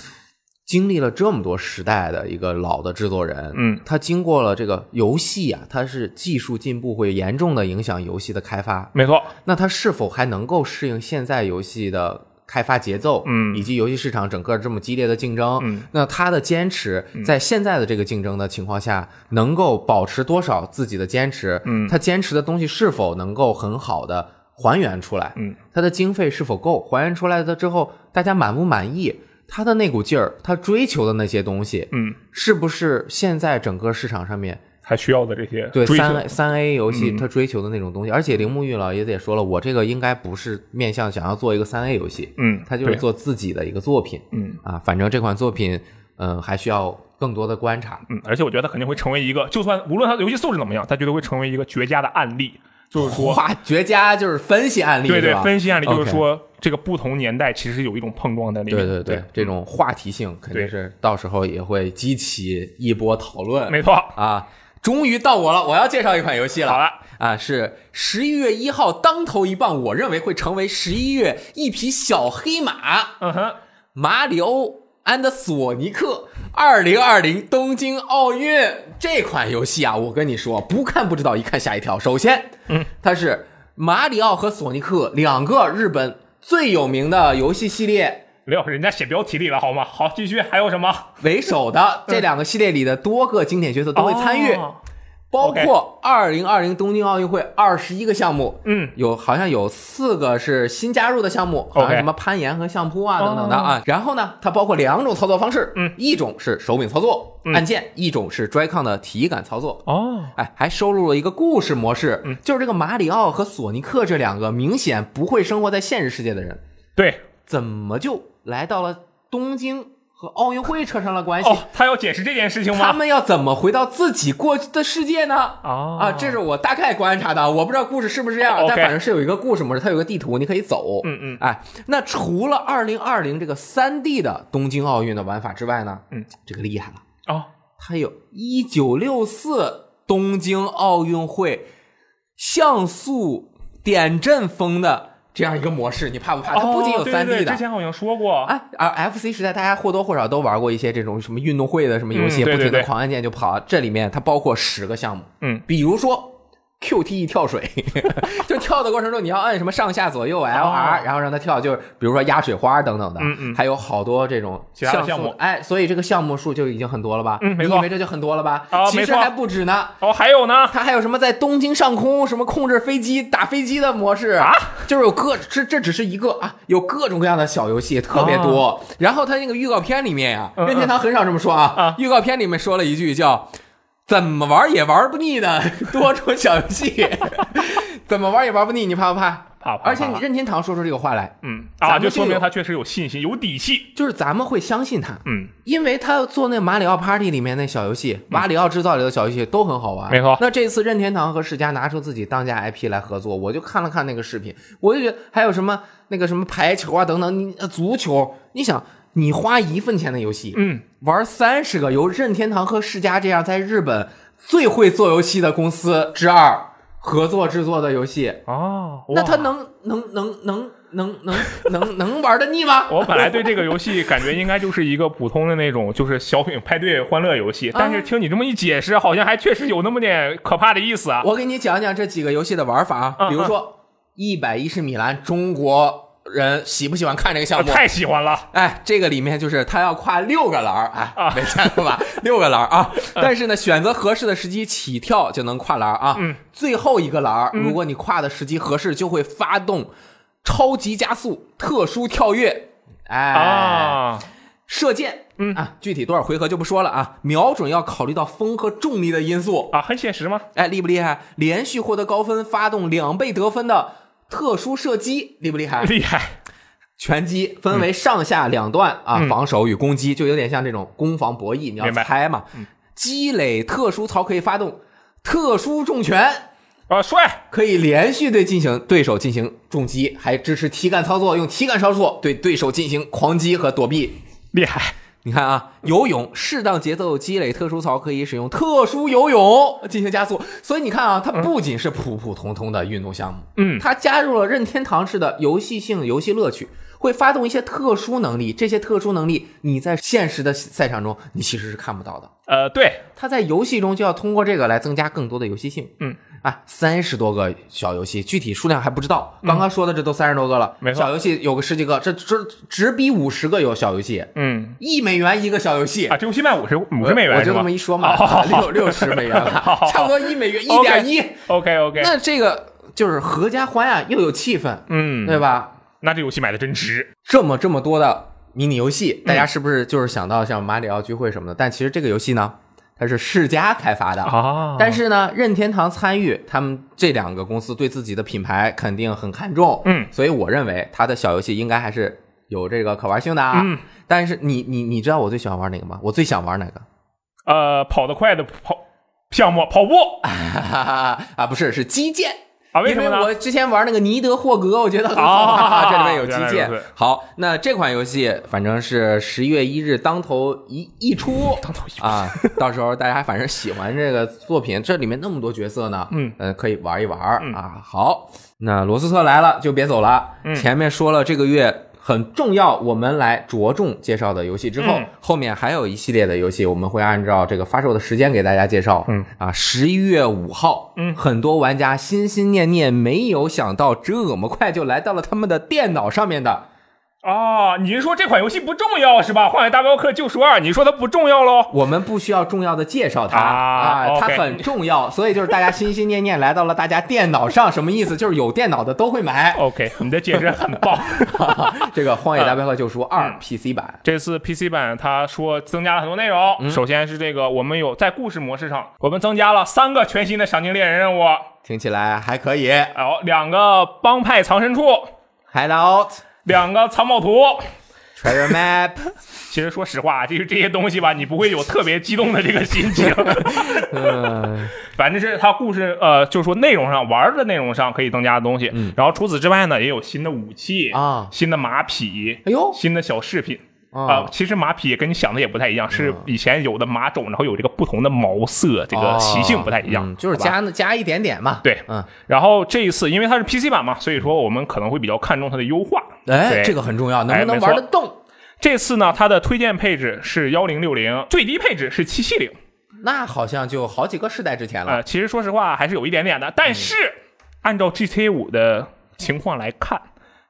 [SPEAKER 1] 经历了这么多时代的一个老的制作人，
[SPEAKER 3] 嗯
[SPEAKER 1] 他经过了这个游戏啊，它是技术进步会严重的影响游戏的开发，
[SPEAKER 3] 没错，
[SPEAKER 1] 那它是否还能够适应现在游戏的开发节奏，
[SPEAKER 3] 嗯
[SPEAKER 1] 以及游戏市场整个这么激烈的竞争，
[SPEAKER 3] 嗯，
[SPEAKER 1] 那它的坚持在现在的这个竞争的情况下，能够保持多少自己的坚持，
[SPEAKER 3] 嗯
[SPEAKER 1] 它坚持的东西是否能够很好的还原出来，
[SPEAKER 3] 嗯，
[SPEAKER 1] 它的经费是否够，还原出来的之后，大家满不满意？他的那股劲儿，他追求的那些东西，
[SPEAKER 3] 嗯，
[SPEAKER 1] 是不是现在整个市场上面
[SPEAKER 3] 还需要的这些
[SPEAKER 1] 对
[SPEAKER 3] 追求。
[SPEAKER 1] 三 A- 三 A 游戏
[SPEAKER 3] 嗯
[SPEAKER 1] 他追求的那种东西，而且铃木玉老爷子也说了，我这个应该不是面向想要做一个三 A 游戏，
[SPEAKER 3] 嗯，
[SPEAKER 1] 他就是
[SPEAKER 3] 对，
[SPEAKER 1] 做自己的一个作品
[SPEAKER 3] 嗯
[SPEAKER 1] 啊。反正这款作品，嗯，还需要更多的观察。
[SPEAKER 3] 嗯，而且我觉得他肯定会成为一个，就算无论他的游戏素质怎么样，他绝对会成为一个绝佳的案例。就是说，
[SPEAKER 1] 哇，绝佳就是分析案例，
[SPEAKER 3] 对
[SPEAKER 1] 是
[SPEAKER 3] 对
[SPEAKER 1] 吧，
[SPEAKER 3] 分析案例就
[SPEAKER 1] OK
[SPEAKER 3] 是说，这个不同年代其实有一种碰撞在里面。
[SPEAKER 1] 对对对，这种话题性肯定
[SPEAKER 3] 对
[SPEAKER 1] 是到时候也会激起一波讨论。
[SPEAKER 3] 没错。
[SPEAKER 1] 啊，终于到我了，我要介绍一款游戏了。
[SPEAKER 3] 好了
[SPEAKER 1] 啊，是十一月一号当头一棒，我认为会成为十一月一匹小黑马。
[SPEAKER 3] 嗯哼，
[SPEAKER 1] 马里奥安德索尼克二零二零东京奥运这款游戏啊，我跟你说，不看不知道，一看吓一跳。首先，嗯，它是马里奥和索尼克两个日本最有名的游戏系列
[SPEAKER 3] 没有，人家写标题里了，好吗？好，继续，还有什么？
[SPEAKER 1] 为首的这两个系列里的多个经典角色都会参与。
[SPEAKER 3] 哦
[SPEAKER 1] 包括二零二零东京奥运会二十一个项目，
[SPEAKER 3] 嗯，
[SPEAKER 1] 有好像有四个是新加入的项目，好像
[SPEAKER 3] OK 哦
[SPEAKER 1] 什么攀岩和相扑啊等等的啊。然后呢，它包括两种操作方式，
[SPEAKER 3] 嗯，
[SPEAKER 1] 一种是手柄操作按键，一种是 Joy-Con 的体感操作。
[SPEAKER 3] 哦，
[SPEAKER 1] 哎，还收录了一个故事模式，
[SPEAKER 3] 嗯
[SPEAKER 1] 就是这个马里奥和索尼克这两个明显不会生活在现实世界的人，
[SPEAKER 3] 对，
[SPEAKER 1] 怎么就来到了东京和奥运会扯上了关系？
[SPEAKER 3] 哦，他要解释这件事情
[SPEAKER 1] 哎他
[SPEAKER 3] 吗？
[SPEAKER 1] 们要怎么回到自己过去的世界呢？
[SPEAKER 3] 哦
[SPEAKER 1] 啊，这是我大概观察的，我不知道故事是不是这样，
[SPEAKER 3] OK
[SPEAKER 1] 但反正是有一个故事模式，它有一个地图，你可以走。
[SPEAKER 3] 嗯嗯
[SPEAKER 1] 哎，那除了二零二零这个三 D 的东京奥运的玩法之外呢，
[SPEAKER 3] 嗯，
[SPEAKER 1] 这个厉害了，
[SPEAKER 3] 哦，
[SPEAKER 1] 它有一九六四东京奥运会像素点阵风的这样一个模式，你怕不怕？它啊不仅有
[SPEAKER 3] 哦对
[SPEAKER 1] 三 D 的，
[SPEAKER 3] 对对之前好像说过，
[SPEAKER 1] 啊，而 FC 时代大家或多或少都玩过一些这种什么运动会的什么游戏，
[SPEAKER 3] 嗯对
[SPEAKER 1] 不停
[SPEAKER 3] 对
[SPEAKER 1] 的
[SPEAKER 3] 对
[SPEAKER 1] 狂按键就跑。这里面它包括十个项目，
[SPEAKER 3] 嗯
[SPEAKER 1] 比如说 QTE 跳水， 就跳的过程中你要按什么上下左右 LR，、然后让它跳，就是比如说压水花等等的，
[SPEAKER 3] 哦嗯嗯
[SPEAKER 1] 还有好多这种
[SPEAKER 3] 其他的
[SPEAKER 1] 素
[SPEAKER 3] 项目
[SPEAKER 1] 哎，所以这个项目数就已经很多了吧？
[SPEAKER 3] 嗯没错
[SPEAKER 1] 你以为这就很多了吧？
[SPEAKER 3] 啊
[SPEAKER 1] 其
[SPEAKER 3] 没
[SPEAKER 1] 实
[SPEAKER 3] 错
[SPEAKER 1] 还不止呢。
[SPEAKER 3] 哦，还有呢，
[SPEAKER 1] 它还有什么在东京上空什么控制飞机打飞机的模式啊？就是有各这这只是一个啊，有各种各样的小游戏特别多。然后它那个预告片里面呀、
[SPEAKER 3] 啊嗯
[SPEAKER 1] 任天堂很少这么说啊。
[SPEAKER 3] 啊
[SPEAKER 1] 预告片里面说了一句叫“怎么玩也玩不腻的 多种小游戏”， 怎么玩也玩不腻，你怕不怕？
[SPEAKER 3] 怕怕
[SPEAKER 1] 而且
[SPEAKER 3] 怕
[SPEAKER 1] 你任天堂说出这个话来，
[SPEAKER 3] 嗯
[SPEAKER 1] 咱
[SPEAKER 3] 啊，
[SPEAKER 1] 们
[SPEAKER 3] 就
[SPEAKER 1] 就
[SPEAKER 3] 说明
[SPEAKER 1] 有
[SPEAKER 3] 他确实有信心、有底气。
[SPEAKER 1] 就是咱们会相信他，
[SPEAKER 3] 嗯，
[SPEAKER 1] 因为他做那马里奥 Party 里面那小游戏，马里奥制造里的小游戏都很好玩，
[SPEAKER 3] 没错
[SPEAKER 1] 那这次任天堂和世嘉拿出自己当家 IP 来合作，我就看了看那个视频，我就觉得还有什么那个什么排球啊等等，你呃足球，你想你花一分钱的游戏，
[SPEAKER 3] 嗯，
[SPEAKER 1] 玩三十个，由任天堂和世嘉这样在日本最会做游戏的公司之二合作制作的游戏，
[SPEAKER 3] 哦，
[SPEAKER 1] 那他
[SPEAKER 3] 哇。
[SPEAKER 1] 能能能能能能能能玩得腻吗？
[SPEAKER 3] 我本来对这个游戏感觉应该就是一个普通的那种，就是小品派对欢乐游戏，但是听你这么一解释，好像还确实有那么点可怕的意思啊！
[SPEAKER 1] 我给你讲讲这几个游戏的玩法啊，
[SPEAKER 3] 嗯
[SPEAKER 1] 比如说一百一十米栏，中国人喜不喜欢看这个
[SPEAKER 3] 我
[SPEAKER 1] 项目？
[SPEAKER 3] 太喜欢了，
[SPEAKER 1] 哎，这个里面就是他要跨六个栏儿，
[SPEAKER 3] 啊
[SPEAKER 1] 哎，没见 过吧？六个栏儿啊，
[SPEAKER 3] 嗯
[SPEAKER 1] 但是呢，选择合适的时机起跳就能跨栏儿啊。
[SPEAKER 3] 嗯，
[SPEAKER 1] 最后一个栏儿，如果你跨的时机合适，就会发动超级加速、特殊跳跃，哎，
[SPEAKER 3] 啊，
[SPEAKER 1] 射箭。
[SPEAKER 3] 嗯
[SPEAKER 1] 啊，具体多少回合就不说了啊，瞄准要考虑到风和重力的因素。
[SPEAKER 3] 啊，很写实吗？
[SPEAKER 1] 哎，厉不厉害？连续获得高分，发动两倍得分的特殊射击，厉不厉 害？
[SPEAKER 3] 厉害，
[SPEAKER 1] 拳击分为上下两段啊，
[SPEAKER 3] 嗯
[SPEAKER 1] 防守与攻击，就有点像这种攻防博弈，你要
[SPEAKER 3] 明白嗯
[SPEAKER 1] 猜嘛。积累特殊槽可以发动特殊重拳，
[SPEAKER 3] 啊，帅，
[SPEAKER 1] 可以连续对进行对手进行重击，还支持体感操作，用体感操作对对手进行狂击和躲避。
[SPEAKER 3] 厉害，
[SPEAKER 1] 你看啊，游泳适当节奏积累特殊槽可以使用特殊游泳进行加速，所以你看啊，它不仅是普普通通的运动项目，
[SPEAKER 3] 嗯
[SPEAKER 1] 它加入了任天堂式的游戏性游戏乐趣，会发动一些特殊能力，这些特殊能力你在现实的赛场中你其实是看不到的。
[SPEAKER 3] 呃，对，
[SPEAKER 1] 它在游戏中就要通过这个来增加更多的游戏性，
[SPEAKER 3] 嗯，
[SPEAKER 1] 啊，三十多个小游戏，具体数量还不知道。刚刚说的这都三十多个了，
[SPEAKER 3] 嗯没错
[SPEAKER 1] 小游戏有个十几个，这这直逼五十个有小游戏，
[SPEAKER 3] 嗯，
[SPEAKER 1] 一美元一个小游戏
[SPEAKER 3] 啊，，这游戏卖五十五十美元
[SPEAKER 1] 我
[SPEAKER 3] 是
[SPEAKER 1] 就
[SPEAKER 3] 吧
[SPEAKER 1] 这么一说嘛
[SPEAKER 3] 哦好，好
[SPEAKER 1] 六六十美元
[SPEAKER 3] 好
[SPEAKER 1] 吧
[SPEAKER 3] 好好，
[SPEAKER 1] 差不多一美元一
[SPEAKER 3] OK
[SPEAKER 1] 点一。
[SPEAKER 3] ？OK OK，
[SPEAKER 1] 那这个就是合家欢啊，又有气氛，
[SPEAKER 3] 嗯，
[SPEAKER 1] 对？吧？
[SPEAKER 3] 那这游戏买的真值，
[SPEAKER 1] 这么这么多的迷你游戏，大家是不是就是想到像马里奥聚会什么的？但其实这个游戏呢，它是世嘉开发的
[SPEAKER 3] 啊
[SPEAKER 1] 但是呢，任天堂参与，他们这两个公司对自己的品牌肯定很看重，
[SPEAKER 3] 嗯
[SPEAKER 1] 所以我认为它的小游戏应该还是有这个可玩性的啊。
[SPEAKER 3] 嗯，
[SPEAKER 1] 但是你你你知道我最喜欢玩哪个吗？我最想玩哪个？
[SPEAKER 3] 呃，跑得快的跑项目，跑步
[SPEAKER 1] 哈哈哈 啊，不是，是击剑。
[SPEAKER 3] 啊？为什么
[SPEAKER 1] 因为
[SPEAKER 3] 呢？
[SPEAKER 1] 我之前玩那个尼德霍格，我觉得很好玩、
[SPEAKER 3] 啊
[SPEAKER 1] 这里面有击
[SPEAKER 3] 原来
[SPEAKER 1] 剑
[SPEAKER 3] 如此。
[SPEAKER 1] 好，那这款游戏反正是十一月一日当头一一出，当头一啊，到时候大家反正喜欢这个作品，这里面那么多角色呢，
[SPEAKER 3] 嗯
[SPEAKER 1] 呃，可以玩一玩、啊。好，那罗斯特来了就别走了，前面说了这个月。很重要，我们来着重介绍的游戏之后，
[SPEAKER 3] 嗯
[SPEAKER 1] 后面还有一系列的游戏，我们会按照这个发售的时间给大家介绍。
[SPEAKER 3] 嗯
[SPEAKER 1] 啊，十一月五号，
[SPEAKER 3] 嗯
[SPEAKER 1] 很多玩家心心念念没有想到这么快就来到了他们的电脑上面的。
[SPEAKER 3] 啊，你是说这款游戏不重要是吧？《荒野大镖客：救赎二》，你说它不重要喽？
[SPEAKER 1] 我们不需要重要的介绍它
[SPEAKER 3] 啊
[SPEAKER 1] 它
[SPEAKER 3] OK
[SPEAKER 1] 很重要，所以就是大家心心念念来到了大家电脑上，什么意思？就是有电脑的都会买。
[SPEAKER 3] OK，你的解释很棒。
[SPEAKER 1] 这个《荒野大镖客：救赎二
[SPEAKER 3] 嗯》
[SPEAKER 1] PC 版，
[SPEAKER 3] 这次 PC 版它说增加了很多内容，首先是这个我们有在故事模式上，我们增加了三个全新的赏金猎人任务，
[SPEAKER 1] 听起来还可以。
[SPEAKER 3] 然后两个帮派藏身处，
[SPEAKER 1] Hideout、
[SPEAKER 3] 两个藏宝图。
[SPEAKER 1] Treasure Map，
[SPEAKER 3] 其实说实话，就是这些东西吧，你不会有特别激动的这个心情。
[SPEAKER 1] 嗯，
[SPEAKER 3] 反正是它故事，呃，就是说内容上玩儿的内容上可以增加的东西。然后除此之外呢，也有新的武器
[SPEAKER 1] 嗯啊
[SPEAKER 3] 新的马匹，
[SPEAKER 1] 哎呦
[SPEAKER 3] 新的小饰品。啊、
[SPEAKER 1] 啊嗯
[SPEAKER 3] 其实马匹跟你想的也不太一样，是以前有的马种，然后有这个不同的毛色，这个习性不太一样，
[SPEAKER 1] 哦嗯就是
[SPEAKER 3] 好吧
[SPEAKER 1] 加加一点点嘛。，
[SPEAKER 3] 对。
[SPEAKER 1] 嗯，
[SPEAKER 3] 然后这一次，因为它是 PC 版嘛，所以说我们可能会比较看重它的优化。
[SPEAKER 1] 哎，
[SPEAKER 3] 对
[SPEAKER 1] 这个很重要，能
[SPEAKER 3] 哎
[SPEAKER 1] 不能
[SPEAKER 3] 没错
[SPEAKER 1] 玩得动？
[SPEAKER 3] 这次呢，它的推荐配置是幺零六零，最低配置是七七零。
[SPEAKER 1] 那好像就好几个世代之前了。
[SPEAKER 3] 呃，其实说实话还是有一点点的，
[SPEAKER 1] 嗯
[SPEAKER 3] 但是按照 GTA 五的情况来看，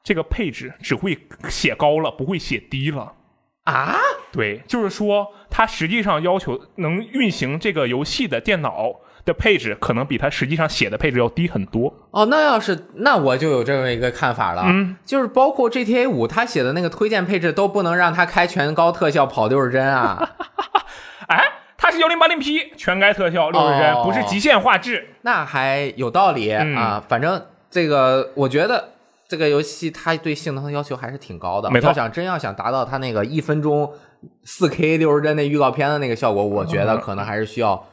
[SPEAKER 3] 这个配置只会写高了，不会写低了。
[SPEAKER 1] 啊，
[SPEAKER 3] 对，就是说它实际上要求能运行这个游戏的电脑的配置，可能比它实际上写的配置要低很多。
[SPEAKER 1] 哦，那要是那我就有这么一个看法了，
[SPEAKER 3] 嗯，
[SPEAKER 1] 就是包括 GTA 五，他写的那个推荐配置都不能让他开全高特效跑六十帧啊，
[SPEAKER 3] 哎，它是幺零八零 P 全该特效六十帧，
[SPEAKER 1] 哦
[SPEAKER 3] 不是极限画质。
[SPEAKER 1] 那还有道理、
[SPEAKER 3] 嗯
[SPEAKER 1] 啊。反正这个，我觉得这个游戏它对性能的要求还是挺高的。
[SPEAKER 3] 没错
[SPEAKER 1] 要想真要想达到它那个一分钟四 K 六十帧那预告片的那个效果，我觉得可能还是需要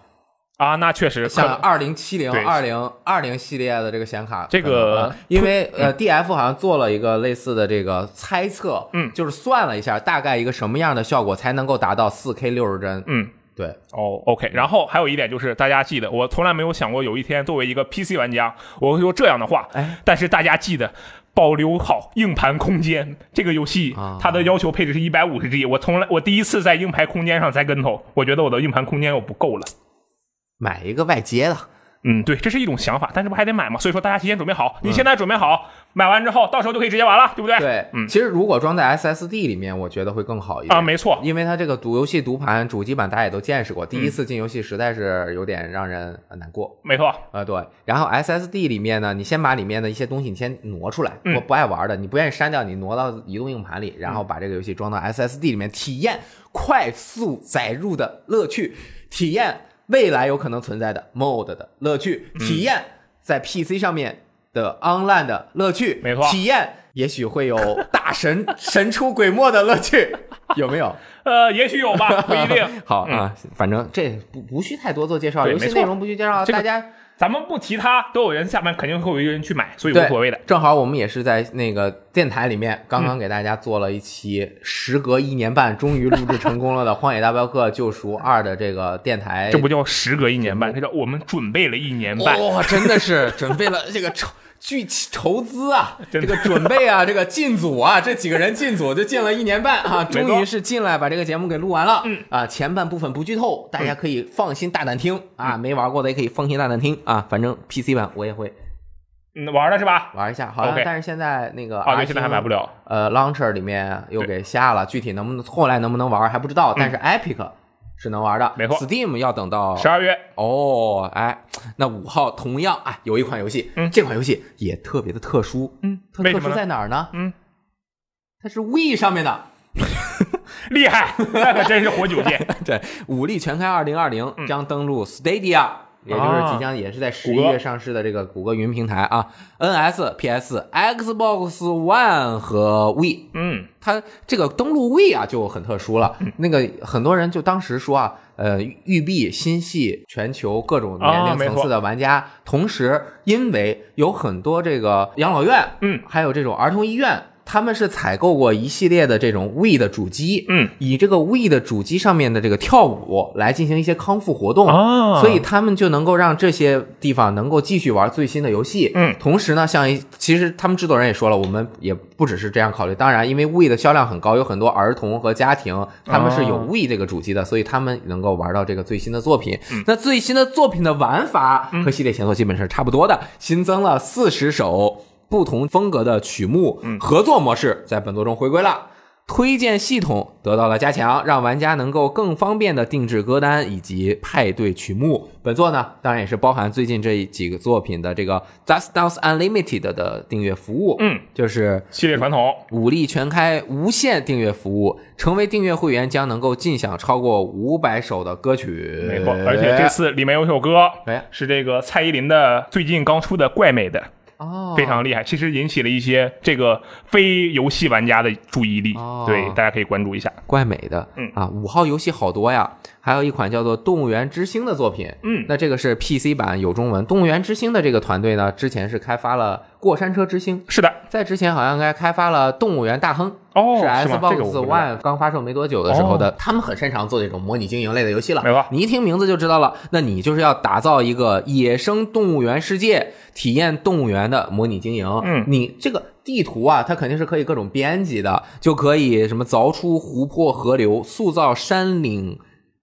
[SPEAKER 3] 啊，那确实嗯可
[SPEAKER 1] 像
[SPEAKER 3] 能
[SPEAKER 1] 二零七零、
[SPEAKER 3] 对
[SPEAKER 1] 二零二零系列的这个显卡可能，
[SPEAKER 3] 这个
[SPEAKER 1] 啊因为呃，DF 好像做了一个类似的这个猜测，
[SPEAKER 3] 嗯
[SPEAKER 1] 就是算了一下大概一个什么样的效果才能够达到四 K 六十帧，
[SPEAKER 3] 嗯。
[SPEAKER 1] 对，
[SPEAKER 3] 哦、o
[SPEAKER 1] 嗯
[SPEAKER 3] k 然后还有一点就是，大家记得，我从来没有想过有一天作为一个 PC 玩家，我会说这样的话。
[SPEAKER 1] 哎，
[SPEAKER 3] 但是大家记得保留好硬盘空间。这个游戏
[SPEAKER 1] 啊
[SPEAKER 3] 它的要求配置是一百五十 G，我从来我第一次在硬盘空间上栽跟头，我觉得我的硬盘空间又不够了。
[SPEAKER 1] 买一个外 接的，
[SPEAKER 3] 嗯，对，这是一种想法，但是不还得买吗？所以说大家提前准备好，你现在准备好，买完之后到时候就可以直接玩了，对不对？
[SPEAKER 1] 嗯对，
[SPEAKER 3] 嗯
[SPEAKER 1] 其实如果装在 SSD 里面，我觉得会更好一点
[SPEAKER 3] 啊，没错，
[SPEAKER 1] 因为它这个读游戏读盘主机版大家也都见识过，第一次进游戏实在是有点让人呃难过。
[SPEAKER 3] 没错，
[SPEAKER 1] 呃，对，然后 SSD 里面呢，你先把里面的一些东西你先挪出来，
[SPEAKER 3] 嗯
[SPEAKER 1] 我不爱玩的，你不愿意删掉，你挪到移动硬盘里，然后把这个游戏装到 SSD 里面，体验快速载入的乐趣，体验未来有可能存在的 MOD 的乐趣，
[SPEAKER 3] 嗯
[SPEAKER 1] 体验在 PC 上面的 online 的乐趣，
[SPEAKER 3] 没错
[SPEAKER 1] 体验也许会有大神 神出鬼没的乐趣，有没有？。
[SPEAKER 3] 呃，也许有吧，不一定
[SPEAKER 1] 好啊，反正这不不需太多做介绍，
[SPEAKER 3] 嗯对
[SPEAKER 1] 游戏
[SPEAKER 3] 没错
[SPEAKER 1] 内容不去介绍，
[SPEAKER 3] 这个
[SPEAKER 1] 大家。
[SPEAKER 3] 咱们不提它，都有人下班肯定会有一个人去买，所以无所谓的嗯
[SPEAKER 1] 对。正好我们也是在那个电台里面刚刚给大家做了一期，时隔一年半终于录制成功了的《荒野大镖客：救赎二》的这个电台。
[SPEAKER 3] 这不叫时隔一
[SPEAKER 1] 嗯
[SPEAKER 3] 年半，这叫我们准备了一年半。
[SPEAKER 1] 哇、真的是准备了这个筹巨筹资啊，这
[SPEAKER 3] 真的
[SPEAKER 1] 个准备啊，这个进组啊，这几个人进组就进了一年半啊，
[SPEAKER 3] 没错
[SPEAKER 1] 终于是进来把这个节目给录完了。嗯啊，前半部分不剧透，
[SPEAKER 3] 嗯
[SPEAKER 1] 大家可以放心大胆听啊，没玩过的也可以放心大胆听啊，反正 PC 版我也会
[SPEAKER 3] 嗯，玩了是吧？
[SPEAKER 1] 玩一下，好像
[SPEAKER 3] OK
[SPEAKER 1] 但是现在那个
[SPEAKER 3] 啊，
[SPEAKER 1] 阿
[SPEAKER 3] 对，现在还
[SPEAKER 1] 星
[SPEAKER 3] 买不了。
[SPEAKER 1] 呃，Launcher 里面又给下了，具体能不能后来能不能玩儿还不知道，但是 Epic 是能玩的，
[SPEAKER 3] 嗯没错
[SPEAKER 1] Steam 要等到
[SPEAKER 3] 十二月，
[SPEAKER 1] 哦，哎，那五号同样啊，有一款游戏，
[SPEAKER 3] 嗯
[SPEAKER 1] 这款游戏也特别的特殊，
[SPEAKER 3] 嗯
[SPEAKER 1] 特
[SPEAKER 3] 为
[SPEAKER 1] 特
[SPEAKER 3] 什
[SPEAKER 1] 殊
[SPEAKER 3] 么呢
[SPEAKER 1] 在哪儿呢？
[SPEAKER 3] 嗯，
[SPEAKER 1] 它是 We 上面 的，
[SPEAKER 3] 厉害，那可真是活久 见。
[SPEAKER 1] 对，《武力全开二零二零》将登陆 Stadia，、也就是即将也是在十一
[SPEAKER 3] 嗯啊谷歌
[SPEAKER 1] 月上市的这个谷歌云平台啊，NS、PS、Xbox One 和 We
[SPEAKER 3] 嗯，
[SPEAKER 1] 它这个登录位啊就很特殊了。那个很多人就当时说啊，呃，育碧心系全球各种年
[SPEAKER 3] 啊
[SPEAKER 1] 龄
[SPEAKER 3] 没错
[SPEAKER 1] 层次的玩家，同时因为有很多这个养老院，
[SPEAKER 3] 嗯，
[SPEAKER 1] 还有这种儿童医院。他们是采购过一系列的这种 We 的主机，
[SPEAKER 3] 嗯，
[SPEAKER 1] 以这个 We 的主机上面的这个跳舞来进行一些康复活动，
[SPEAKER 3] 啊
[SPEAKER 1] 所以他们就能够让这些地方能够继续玩最新的游戏。
[SPEAKER 3] 嗯
[SPEAKER 1] 同时呢，像一其实他们制作人也说了，我们也不只是这样考虑。当然，因为 We 的销量很高，有很多儿童和家庭他们是有
[SPEAKER 3] 哦
[SPEAKER 1] We 这个主机的，所以他们能够玩到这个最新的作品。
[SPEAKER 3] 嗯
[SPEAKER 1] 那最新的作品的玩法和系列前作基本是差不多的，新增了四十首不同风格的曲目，
[SPEAKER 3] 嗯
[SPEAKER 1] 合作模式在本作中回归了。推荐系统得到了加强，让玩家能够更方便的定制歌单以及派对曲目。本作呢，当然也是包含最近这几个作品的这个 Dust Dance Unlimited 的订阅服务，
[SPEAKER 3] 嗯，
[SPEAKER 1] 就是
[SPEAKER 3] 系列传统，
[SPEAKER 1] 武力全开无限订阅服务。成为订阅会员将能够尽享超过五百首的歌曲，
[SPEAKER 3] 没错。而且这次里面有一首歌
[SPEAKER 1] 哎，
[SPEAKER 3] 是这个蔡依林的最近刚出的《怪美的》，
[SPEAKER 1] 哦，
[SPEAKER 3] 非常厉害，其实引起了一些这个非游戏玩家的注意力
[SPEAKER 1] 哦。
[SPEAKER 3] 对，大家可以关注一下。
[SPEAKER 1] 怪美的，
[SPEAKER 3] 嗯
[SPEAKER 1] 啊，五号游戏好多呀，还有一款叫做《动物园之星》的作品，
[SPEAKER 3] 嗯
[SPEAKER 1] 那这个是 PC 版有中文，《动物园之星》的这个团队呢，之前是开发了《过山车之星》，
[SPEAKER 3] 是的，
[SPEAKER 1] 在之前好像该开发了《动物园大亨》。
[SPEAKER 3] 哦，
[SPEAKER 1] 是
[SPEAKER 3] 是吗？这
[SPEAKER 1] Xbox
[SPEAKER 3] 个我不知道
[SPEAKER 1] One 刚发售没多久的时候的，他们很擅长做这种模拟经营类的游戏了。
[SPEAKER 3] 没错
[SPEAKER 1] 你一听名字就知道了，那你就是要打造一个野生动物园世界，体验动物园的模拟经营。
[SPEAKER 3] 嗯
[SPEAKER 1] 你这个地图啊，它肯定是可以各种编辑的，就可以什么凿出湖泊、河流，塑造山岭。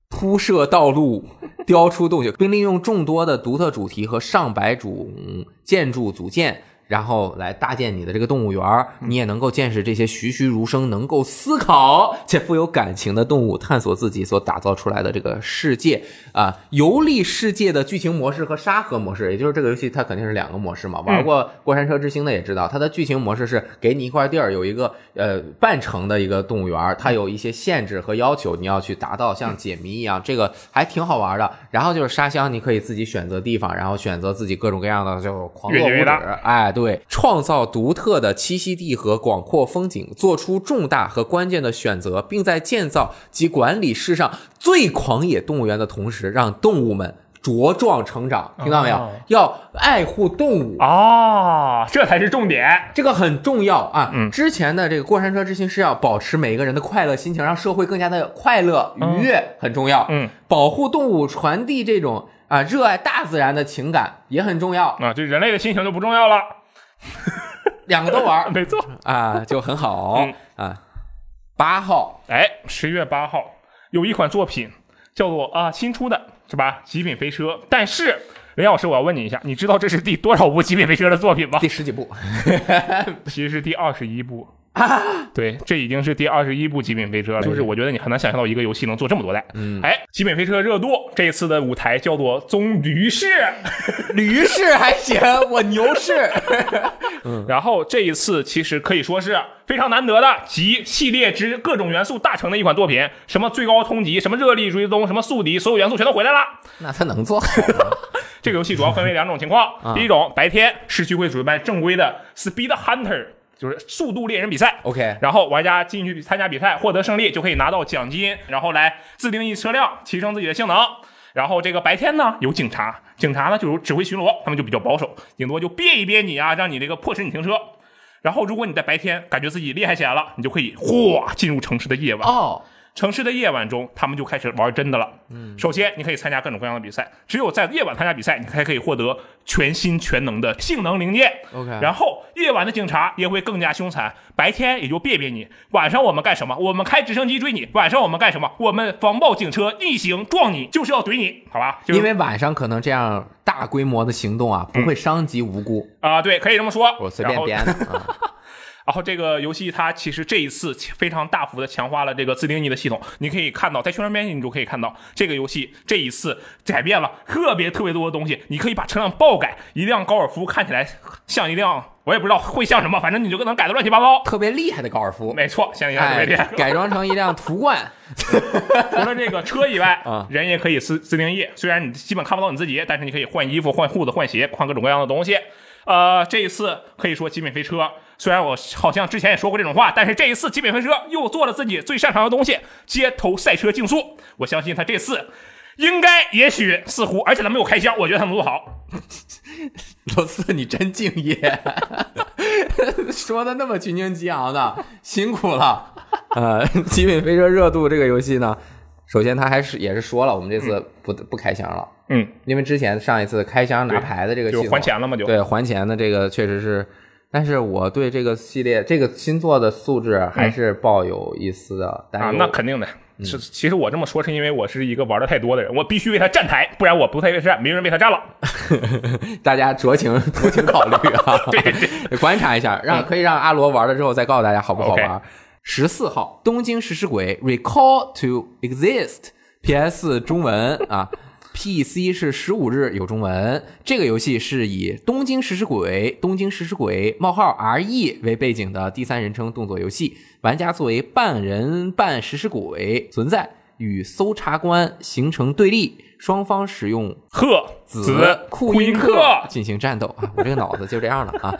[SPEAKER 1] 铺设道路，雕出洞穴，并利用众多的独特主题和上百种建筑组件，然后来搭建你的这个动物园儿。
[SPEAKER 3] 嗯
[SPEAKER 1] 你也能够见识这些栩栩如生、能够思考且富有感情的动物，探索自己所打造出来的这个世界啊、游历世界的剧情模式和沙盒模式，也就是这个游戏它肯定是两个模式
[SPEAKER 3] 嗯
[SPEAKER 1] 嘛。玩过《过山车之星》的也知道，它的剧情模式是给你一块地儿，有一个呃半程的一个动物园儿，它有一些限制和要求，你要去达到，像解谜一样，这个还挺好玩的。然后就是沙箱，你可以自己选择地方，然后选择自己各种各样的就狂
[SPEAKER 3] 越
[SPEAKER 1] 热
[SPEAKER 3] 野越
[SPEAKER 1] 舞
[SPEAKER 3] 大
[SPEAKER 1] 蹈哎，对，创造独特的栖息地和广阔风景，做出重大和关键的选择，并在建造及管理世上最狂野动物园的同时，让动物们茁壮成长。听到没有？
[SPEAKER 3] 哦
[SPEAKER 1] 要爱护动物。
[SPEAKER 3] 啊哦，这才是重点。
[SPEAKER 1] 这个很重要啊！
[SPEAKER 3] 嗯
[SPEAKER 1] 之前的这个过山车之心是要保持每一个人的快乐心情，让社会更加的快乐愉悦，很重要。
[SPEAKER 3] 嗯，
[SPEAKER 1] 保护动物，传递这种啊热爱大自然的情感也很重要。
[SPEAKER 3] 啊，这人类的心情就不重要了。
[SPEAKER 1] 两个都玩儿
[SPEAKER 3] 没错，
[SPEAKER 1] 啊，就很好
[SPEAKER 3] 嗯
[SPEAKER 1] 啊。八号
[SPEAKER 3] 哎，十月八号有一款作品叫做啊新出的是吧《极品飞车》，但是林老师，我要问你一下，你知道这是第多少部《极品飞车》的作品吗？
[SPEAKER 1] 第十几 部，
[SPEAKER 3] 其实是第二十一部。对，这已经是第二十一部《极品飞车》了，就是我觉得你很难想象到一个游戏能做这么多代。嗯，哎，《极品飞车》热度这一次的舞台叫做棕榈市，
[SPEAKER 1] 驴是还行，我牛是。
[SPEAKER 3] 然后这一次其实可以说是非常难得的集系列之各种元素大成的一款作品，什么最高通缉，什么热力追踪，什么宿敌，所有元素全都回来了。
[SPEAKER 1] 那他能做好
[SPEAKER 3] 这个游戏主要分为两种情况，第一种白天市区会主办正规的 Speed Hunter，就是速度猎人比赛。
[SPEAKER 1] ？OK，
[SPEAKER 3] 然后玩家进去参加比赛，获得胜利就可以拿到奖金，然后来自定义车辆，提升自己的性能。然后这个白天呢有警察，警察呢就有指挥巡逻，他们就比较保守，顶多就憋一憋你啊，让你这个迫使你停车。然后如果你在白天感觉自己厉害起来了，你就可以哗进入城市的夜晚。
[SPEAKER 1] 哦，
[SPEAKER 3] 城市的夜晚中，他们就开始玩真的了。嗯，首先你可以参加各种各样的比赛，只有在夜晚参加比赛，你才可以获得全新全能的性能零件。
[SPEAKER 1] OK
[SPEAKER 3] 然后夜晚的警察也会更加凶残，白天也就别别你。晚上我们干什么？我们开直升机追你。晚上我们干什么？我们防暴警车逆行撞你，就是要怼你，好吧？就是
[SPEAKER 1] 因为晚上可能这样大规模的行动啊，不会伤及无辜。
[SPEAKER 3] 啊、对，可以这么说。
[SPEAKER 1] 我随便
[SPEAKER 3] 然后
[SPEAKER 1] 编的 啊。
[SPEAKER 3] 然后这个游戏它其实这一次非常大幅的强化了这个自定义的系统，你可以看到在宣传片里你就可以看到这个游戏这一次改变了特别特别多的东西，你可以把车辆爆改，一辆高尔夫看起来像一辆我也不知道会像什么，反正你就能改的乱七八糟。
[SPEAKER 1] 特别厉害的高尔夫，
[SPEAKER 3] 没错，像一辆特
[SPEAKER 1] 哎
[SPEAKER 3] 别厉害，
[SPEAKER 1] 改装成一辆途观，
[SPEAKER 3] 除了这个车以外
[SPEAKER 1] 啊，
[SPEAKER 3] 人也可以自自定义。虽然你基本看不到你自己，但是你可以换衣服、换裤子、换鞋、换各种各样的东西。呃，这一次可以说极品飞车，虽然我好像之前也说过这种话，但是这一次极品飞车又做了自己最擅长的东西——街头赛车竞速。我相信他这次应该、也许、似乎，而且他没有开箱，我觉得他能做好。
[SPEAKER 1] 罗斯你真敬业， 说的那么群情激昂的，辛苦了。呃，《极品飞车》热度这个游戏呢，首先他还是也是说了，我们这次不不开箱了，
[SPEAKER 3] 嗯，
[SPEAKER 1] 因为之前上一次开箱拿牌的这个系
[SPEAKER 3] 就
[SPEAKER 1] 统
[SPEAKER 3] 还钱了嘛，就
[SPEAKER 1] 对还钱的这个确实是，但是我对这个系列这个新作的素质还是抱有一丝的担忧。
[SPEAKER 3] 嗯啊，那肯定的。
[SPEAKER 1] 嗯
[SPEAKER 3] 是，其实我这么说是因为我是一个玩的太多的人，我必须为他站台，不然我不太为他站，没人为他站了。
[SPEAKER 1] 大家酌情酌情考虑啊，
[SPEAKER 3] 对对嗯
[SPEAKER 1] 观察一下，让可以让阿罗玩了之后再告诉大家好不好
[SPEAKER 3] OK
[SPEAKER 1] 玩。十四号，《东京食尸鬼 Recall to Exist》PS 中文啊。PC 是十五日有中文，这个游戏是以《东京食尸鬼》《东京食尸鬼》冒号 RE 为背景的第三人称动作游戏，玩家作为半人半食尸鬼存在，与搜查官形成对立，双方使用
[SPEAKER 3] 赫
[SPEAKER 1] 子
[SPEAKER 3] 库
[SPEAKER 1] 因
[SPEAKER 3] 因
[SPEAKER 1] 克
[SPEAKER 3] 克
[SPEAKER 1] 进行战斗啊！我这个脑子就这样了啊。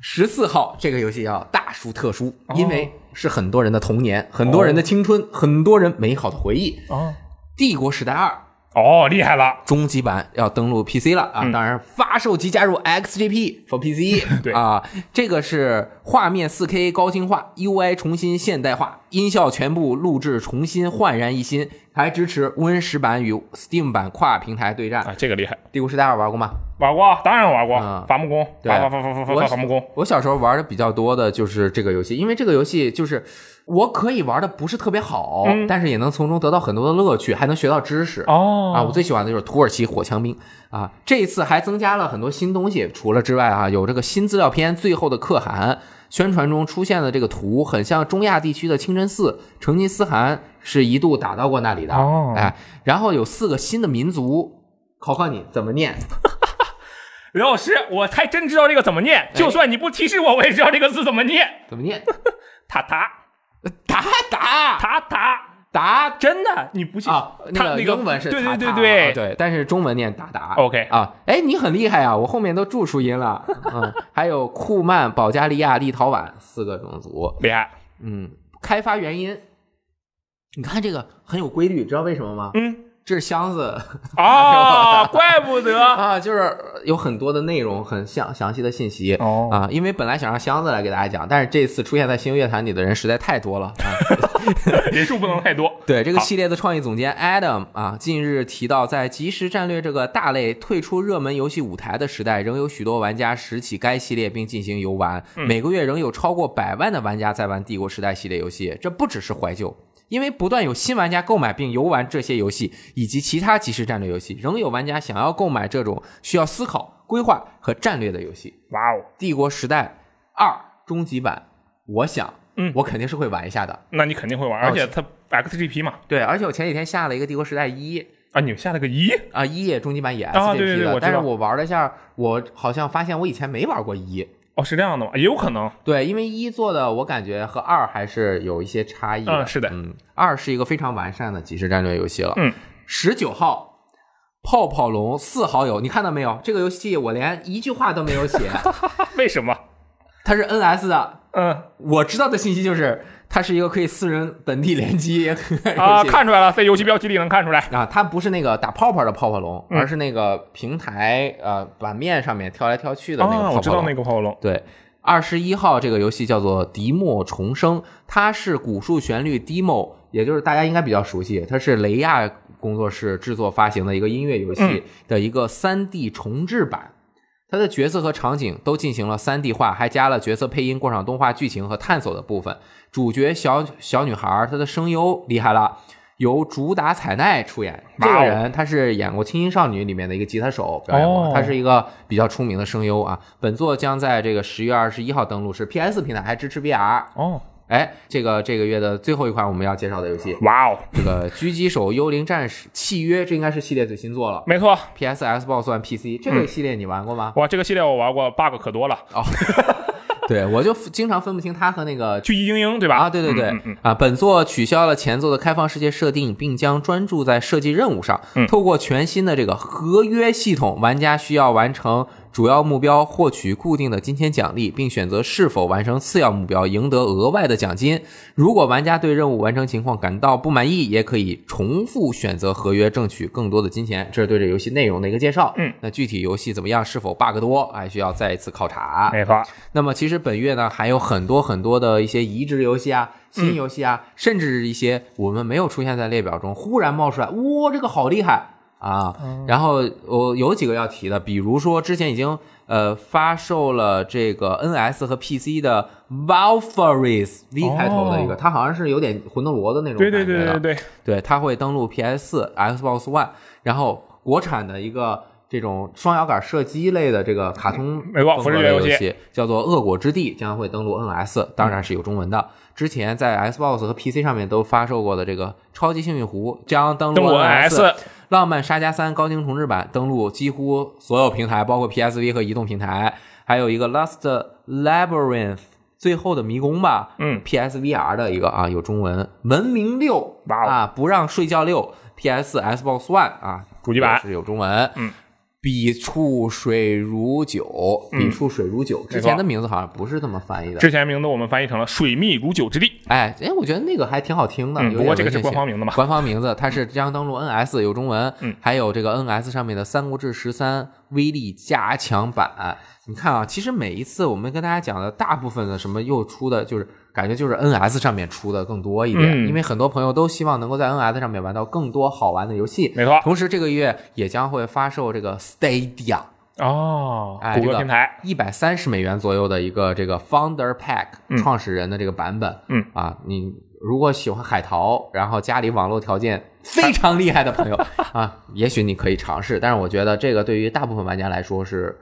[SPEAKER 1] 十四号这个游戏要大书特书，
[SPEAKER 3] 哦
[SPEAKER 1] 因为是很多人的童年，很多人的青春，很多人美好的回忆。
[SPEAKER 3] 哦
[SPEAKER 1] 帝国时代二》
[SPEAKER 3] 哦，厉害了！
[SPEAKER 1] 终极版要登陆 PC 了
[SPEAKER 3] 嗯
[SPEAKER 1] 啊！当然，发售即加入 XGP for PC
[SPEAKER 3] 对
[SPEAKER 1] 啊，这个是画面 4K 高清化，UI 重新现代化，音效全部录制重新焕然一新，它还支持 Win 十版与 Steam 版跨平台对战。
[SPEAKER 3] 哎
[SPEAKER 6] 啊，这个厉害，
[SPEAKER 1] 帝国时代二玩过吗？
[SPEAKER 6] 玩过，当然玩过
[SPEAKER 1] 啊，
[SPEAKER 6] 伐木工，
[SPEAKER 1] 对
[SPEAKER 6] 伐伐伐伐伐伐伐伐木工，
[SPEAKER 1] 我小时候玩的比较多的就是这个游戏，因为这个游戏就是我可以玩的不是特别好，
[SPEAKER 6] 嗯
[SPEAKER 1] 但是也能从中得到很多的乐趣，还能学到知识。
[SPEAKER 6] 哦
[SPEAKER 1] 啊，我最喜欢的就是土耳其火枪兵啊！这一次还增加了很多新东西，除了之外啊，有这个新资料片最后的可汗。宣传中出现的这个图很像中亚地区的清真寺，成吉思汗是一度打到过那里的。
[SPEAKER 6] 哦
[SPEAKER 1] 哎，然后有四个新的民族，考考你怎么念？
[SPEAKER 6] 刘老师，我还真知道这个怎么念，就算你不提示我，我也知道这个字怎么念。
[SPEAKER 1] 怎么念？
[SPEAKER 6] 塔塔
[SPEAKER 1] 达达
[SPEAKER 6] 塔塔，
[SPEAKER 1] 达
[SPEAKER 6] 真的你不信
[SPEAKER 1] 啊，
[SPEAKER 6] 他
[SPEAKER 1] 个
[SPEAKER 6] 那
[SPEAKER 1] 英文是
[SPEAKER 6] 对
[SPEAKER 1] 塔
[SPEAKER 6] 对对
[SPEAKER 1] 塔
[SPEAKER 6] 对
[SPEAKER 1] 啊对，但是中文念达达。
[SPEAKER 6] OK
[SPEAKER 1] 啊，哎，你很厉害啊，我后面都注出音了。嗯，还有库曼、保加利亚、立陶宛四个种族。
[SPEAKER 6] 厉 害，
[SPEAKER 1] 嗯，开发原因，你看这个很有规律，知道为什么吗？
[SPEAKER 6] 嗯，
[SPEAKER 1] 这是箱子哎
[SPEAKER 6] 哦，怪不得
[SPEAKER 1] 啊，就是有很多的内容，很详详细的信息。
[SPEAKER 6] 哦，
[SPEAKER 1] 啊，因为本来想让箱子来给大家讲，但是这次出现在星月坛里的人实在太多了啊，
[SPEAKER 6] 人数不能太多。
[SPEAKER 1] 对这个
[SPEAKER 6] 好
[SPEAKER 1] 系列的创意总监 Adam 啊，近日提到，在即时战略这个大类退出热门游戏舞台的时代，仍有许多玩家拾起该系列并进行游玩。每个月仍有超过百万的玩家在玩《帝国时代》系列游戏，这不只是怀旧。因为不断有新玩家购买并游玩这些游戏，以及其他即时战略游戏，仍有玩家想要购买这种需要思考、规划和战略的游戏。
[SPEAKER 6] 哇哦，
[SPEAKER 1] 《帝国时代二》终极版，我想，
[SPEAKER 6] 嗯
[SPEAKER 1] 我肯定是会玩一下的。
[SPEAKER 6] 那你肯定会
[SPEAKER 1] 啊
[SPEAKER 6] 玩，而且它 XGP 嘛，
[SPEAKER 1] 对，而且我前几天下了一个《帝国时代一》，
[SPEAKER 6] 啊，你下了个一，
[SPEAKER 1] 啊，一也终极版也 SGP 的，
[SPEAKER 6] 啊对对对我知道
[SPEAKER 1] 但是我玩了一下，我好像发现我以前没玩过一，
[SPEAKER 6] 哦，是这样的吗？也有可 能，
[SPEAKER 1] 对，因为一做的我感觉和二还是有一些差异的，
[SPEAKER 6] 嗯是的
[SPEAKER 1] 嗯，二是一个非常完善的即时战略游戏了，
[SPEAKER 6] 嗯，
[SPEAKER 1] 十九号。泡泡龙四好友，你看到没有？这个游戏我连一句话都没 有写，
[SPEAKER 6] 为什么？
[SPEAKER 1] 它是 NS 的。
[SPEAKER 6] 嗯
[SPEAKER 1] 我知道的信息就是，它是一个可以私人本地联机游戏
[SPEAKER 6] 啊，看出来了，在游戏标题里能看出来。
[SPEAKER 1] 啊，它不是那个打泡泡的泡泡龙，
[SPEAKER 6] 嗯
[SPEAKER 1] 而是那个平台呃版面上面跳来跳去的那个泡泡
[SPEAKER 6] 啊，
[SPEAKER 1] 龙。
[SPEAKER 6] 我知道那个泡泡龙，
[SPEAKER 1] 对。二十一号这个游戏叫做《迪莫重生》，它是古树旋律 Demo，也就是大家应该比较熟悉，它是雷亚工作室制作发行的一个音乐游
[SPEAKER 6] 嗯
[SPEAKER 1] 戏的一个三 D 重制版。它的角色和场景都进行了三 D 化，还加了角色配音、过场动画、剧情和探索的部分。主角小小女孩，她的声优厉害了，由竹达彩奈出演。这
[SPEAKER 6] 哇
[SPEAKER 1] 个
[SPEAKER 6] 哦
[SPEAKER 1] 人她是演过《轻音少女》里面的一个吉他手，表演
[SPEAKER 6] 哦
[SPEAKER 1] 过，她是一个比较出名的声优啊。本作将在这个十月二十一号登陆，是 PS 平台，还支持 VR。
[SPEAKER 6] 哦，
[SPEAKER 1] 哎，这个这个月的最后一款我们要介绍的游 戏，
[SPEAKER 6] 哇哦，
[SPEAKER 1] 这个《狙击手：幽灵战士契约》，这应该是系列最新作了。
[SPEAKER 6] 没错，
[SPEAKER 1] PS、Xbox One、PC 这个系列你玩过吗？
[SPEAKER 6] 哇，这个系列我玩过，bug 可多了，
[SPEAKER 1] 哦，对，我就经常分不清它和那个
[SPEAKER 6] 狙击精英对吧？
[SPEAKER 1] 啊，对对对、
[SPEAKER 6] 嗯嗯
[SPEAKER 1] 啊，本作取消了前作的开放世界设定，并将专注在设计任务上。
[SPEAKER 6] 嗯
[SPEAKER 1] 透过全新的这个合约系统，玩家需要完成主要目标，获取固定的金钱奖励，并选择是否完成次要目标，赢得额外的奖金。如果玩家对任务完成情况感到不满意，也可以重复选择合约，争取更多的金钱。这是对这游戏内容的一个介绍。
[SPEAKER 6] 嗯，
[SPEAKER 1] 那具体游戏怎么样，是否 bug 多，还需要再一次考察。
[SPEAKER 6] 嗯没错，
[SPEAKER 1] 那么其实本月呢还有很多很多的一些移植游戏啊、
[SPEAKER 6] 嗯
[SPEAKER 1] 新游戏啊，甚至一些我们没有出现在列表中，忽然冒出来，哇、这个好厉害啊！
[SPEAKER 6] 哦
[SPEAKER 1] 然后我有几个要提的，比如说之前已经呃发售了这个 NS 和 PC 的 Valfaris V 开头的一个，它好像是有点魂斗罗的那种
[SPEAKER 6] 哦对
[SPEAKER 1] 感觉啊
[SPEAKER 6] 对
[SPEAKER 1] 的，
[SPEAKER 6] 对对对，
[SPEAKER 1] 对，它会登录 PS 4 Xbox One，然后国产的一个这种双摇杆射击类的这个卡通
[SPEAKER 6] 没错
[SPEAKER 1] 风
[SPEAKER 6] 不是
[SPEAKER 1] 格
[SPEAKER 6] 这
[SPEAKER 1] 的
[SPEAKER 6] 个游
[SPEAKER 1] 游
[SPEAKER 6] 戏
[SPEAKER 1] 戏，叫做《恶果之地》，将会登录 NS，当然是有中文的。之前在 Xbox 和 PC 上面都发售过的这个《超级幸运湖》将登
[SPEAKER 6] 登
[SPEAKER 1] 陆
[SPEAKER 6] 陆
[SPEAKER 1] NS，
[SPEAKER 6] NS
[SPEAKER 1] 《浪漫沙加三》高清重制版登陆几乎所有平台，包括 PSV 和移动平台，还有一个《Last Labyrinth》最后的迷宫吧，
[SPEAKER 6] 嗯
[SPEAKER 1] ，PSVR 的一个啊，有中文，《文明六》
[SPEAKER 6] 哇哦
[SPEAKER 1] 啊，不让睡觉六，PS Xbox One 啊，
[SPEAKER 6] 主机版
[SPEAKER 1] 也是有中文，
[SPEAKER 6] 嗯。
[SPEAKER 1] 笔触水如酒，
[SPEAKER 6] 嗯
[SPEAKER 1] 笔触水如酒，
[SPEAKER 6] 没错
[SPEAKER 1] 之前的名字好像不是这么翻译的。
[SPEAKER 6] 之前名字我们翻译成了“水密如酒之地
[SPEAKER 1] 哎，哎，我觉得那个还挺好听的。
[SPEAKER 6] 嗯
[SPEAKER 1] 有点
[SPEAKER 6] 不过这个
[SPEAKER 1] 文
[SPEAKER 6] 是
[SPEAKER 1] 学
[SPEAKER 6] 官
[SPEAKER 1] 性
[SPEAKER 6] 方名字嘛
[SPEAKER 1] 官方名字它是将登陆 NS 有中文，
[SPEAKER 6] 嗯
[SPEAKER 1] 还有这个 NS 上面的《三国志十三》威力加强版。你看啊，其实每一次我们跟大家讲的大部分的什么又出的，就是感觉就是 NS 上面出的更多一点，
[SPEAKER 6] 嗯
[SPEAKER 1] 因为很多朋友都希望能够在 NS 上面玩到更多好玩的游戏。
[SPEAKER 6] 没错
[SPEAKER 1] 同时，这个月也将会发售这个 Stadia。
[SPEAKER 6] 哦
[SPEAKER 1] 哎，
[SPEAKER 6] 谷
[SPEAKER 1] 这
[SPEAKER 6] 歌
[SPEAKER 1] 个
[SPEAKER 6] 平台，
[SPEAKER 1] 一百三十美元左右的一个这个 Founder Pack
[SPEAKER 6] 嗯
[SPEAKER 1] 创始人的这个版本，
[SPEAKER 6] 嗯
[SPEAKER 1] 啊，你如果喜欢海淘，然后家里网络条
[SPEAKER 6] 啊
[SPEAKER 1] 件非常厉害的朋友啊，也许你可以尝试，但是我觉得这个对于大部分玩家来说是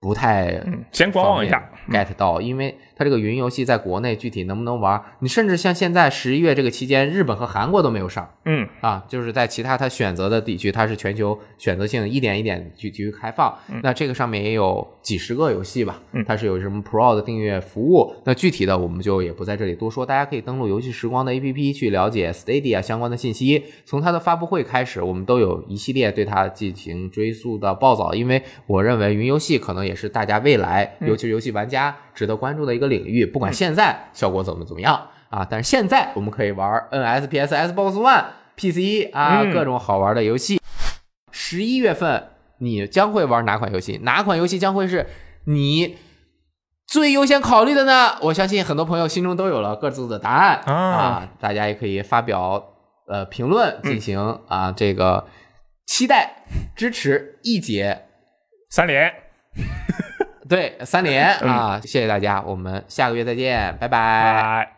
[SPEAKER 1] 不太
[SPEAKER 6] 嗯，先观望一下。
[SPEAKER 1] 方面 get 到，因为它这个云游戏在国内具体能不能玩，你甚至像现在十一月这个期间，日本和韩国都没有上。
[SPEAKER 6] 嗯，
[SPEAKER 1] 啊，就是在其他它选择的地区，它是全球选择性一点一点去去开放。那这个上面也有几十个游戏吧，它是有什么 Pro 的订阅服务。那具体的我们就也不在这里多说，大家可以登录游戏时光的 APP 去了解 Stadia 相关的信息。从它的发布会开始，我们都有一系列对它进行追溯的报道，因为我认为云游戏可能也是大家未来，尤其是游戏玩家值得关注的一个领域。不管现在效果怎么怎么样。啊，但是现在我们可以玩 NS、PS、Xbox One、PC 啊，
[SPEAKER 6] 嗯
[SPEAKER 1] 各种好玩的游戏。十一月份你将会玩哪款游戏？哪款游戏将会是你最优先考虑的呢？我相信很多朋友心中都有了各自的答案
[SPEAKER 6] 啊
[SPEAKER 1] 大家也可以发表呃评论
[SPEAKER 6] 嗯
[SPEAKER 1] 进行、啊这个期待支持一姐
[SPEAKER 6] 三连，
[SPEAKER 1] 对三连
[SPEAKER 6] 嗯
[SPEAKER 1] 啊，谢谢大家，我们下个月再见，
[SPEAKER 6] 哎
[SPEAKER 1] 拜拜
[SPEAKER 6] 拜。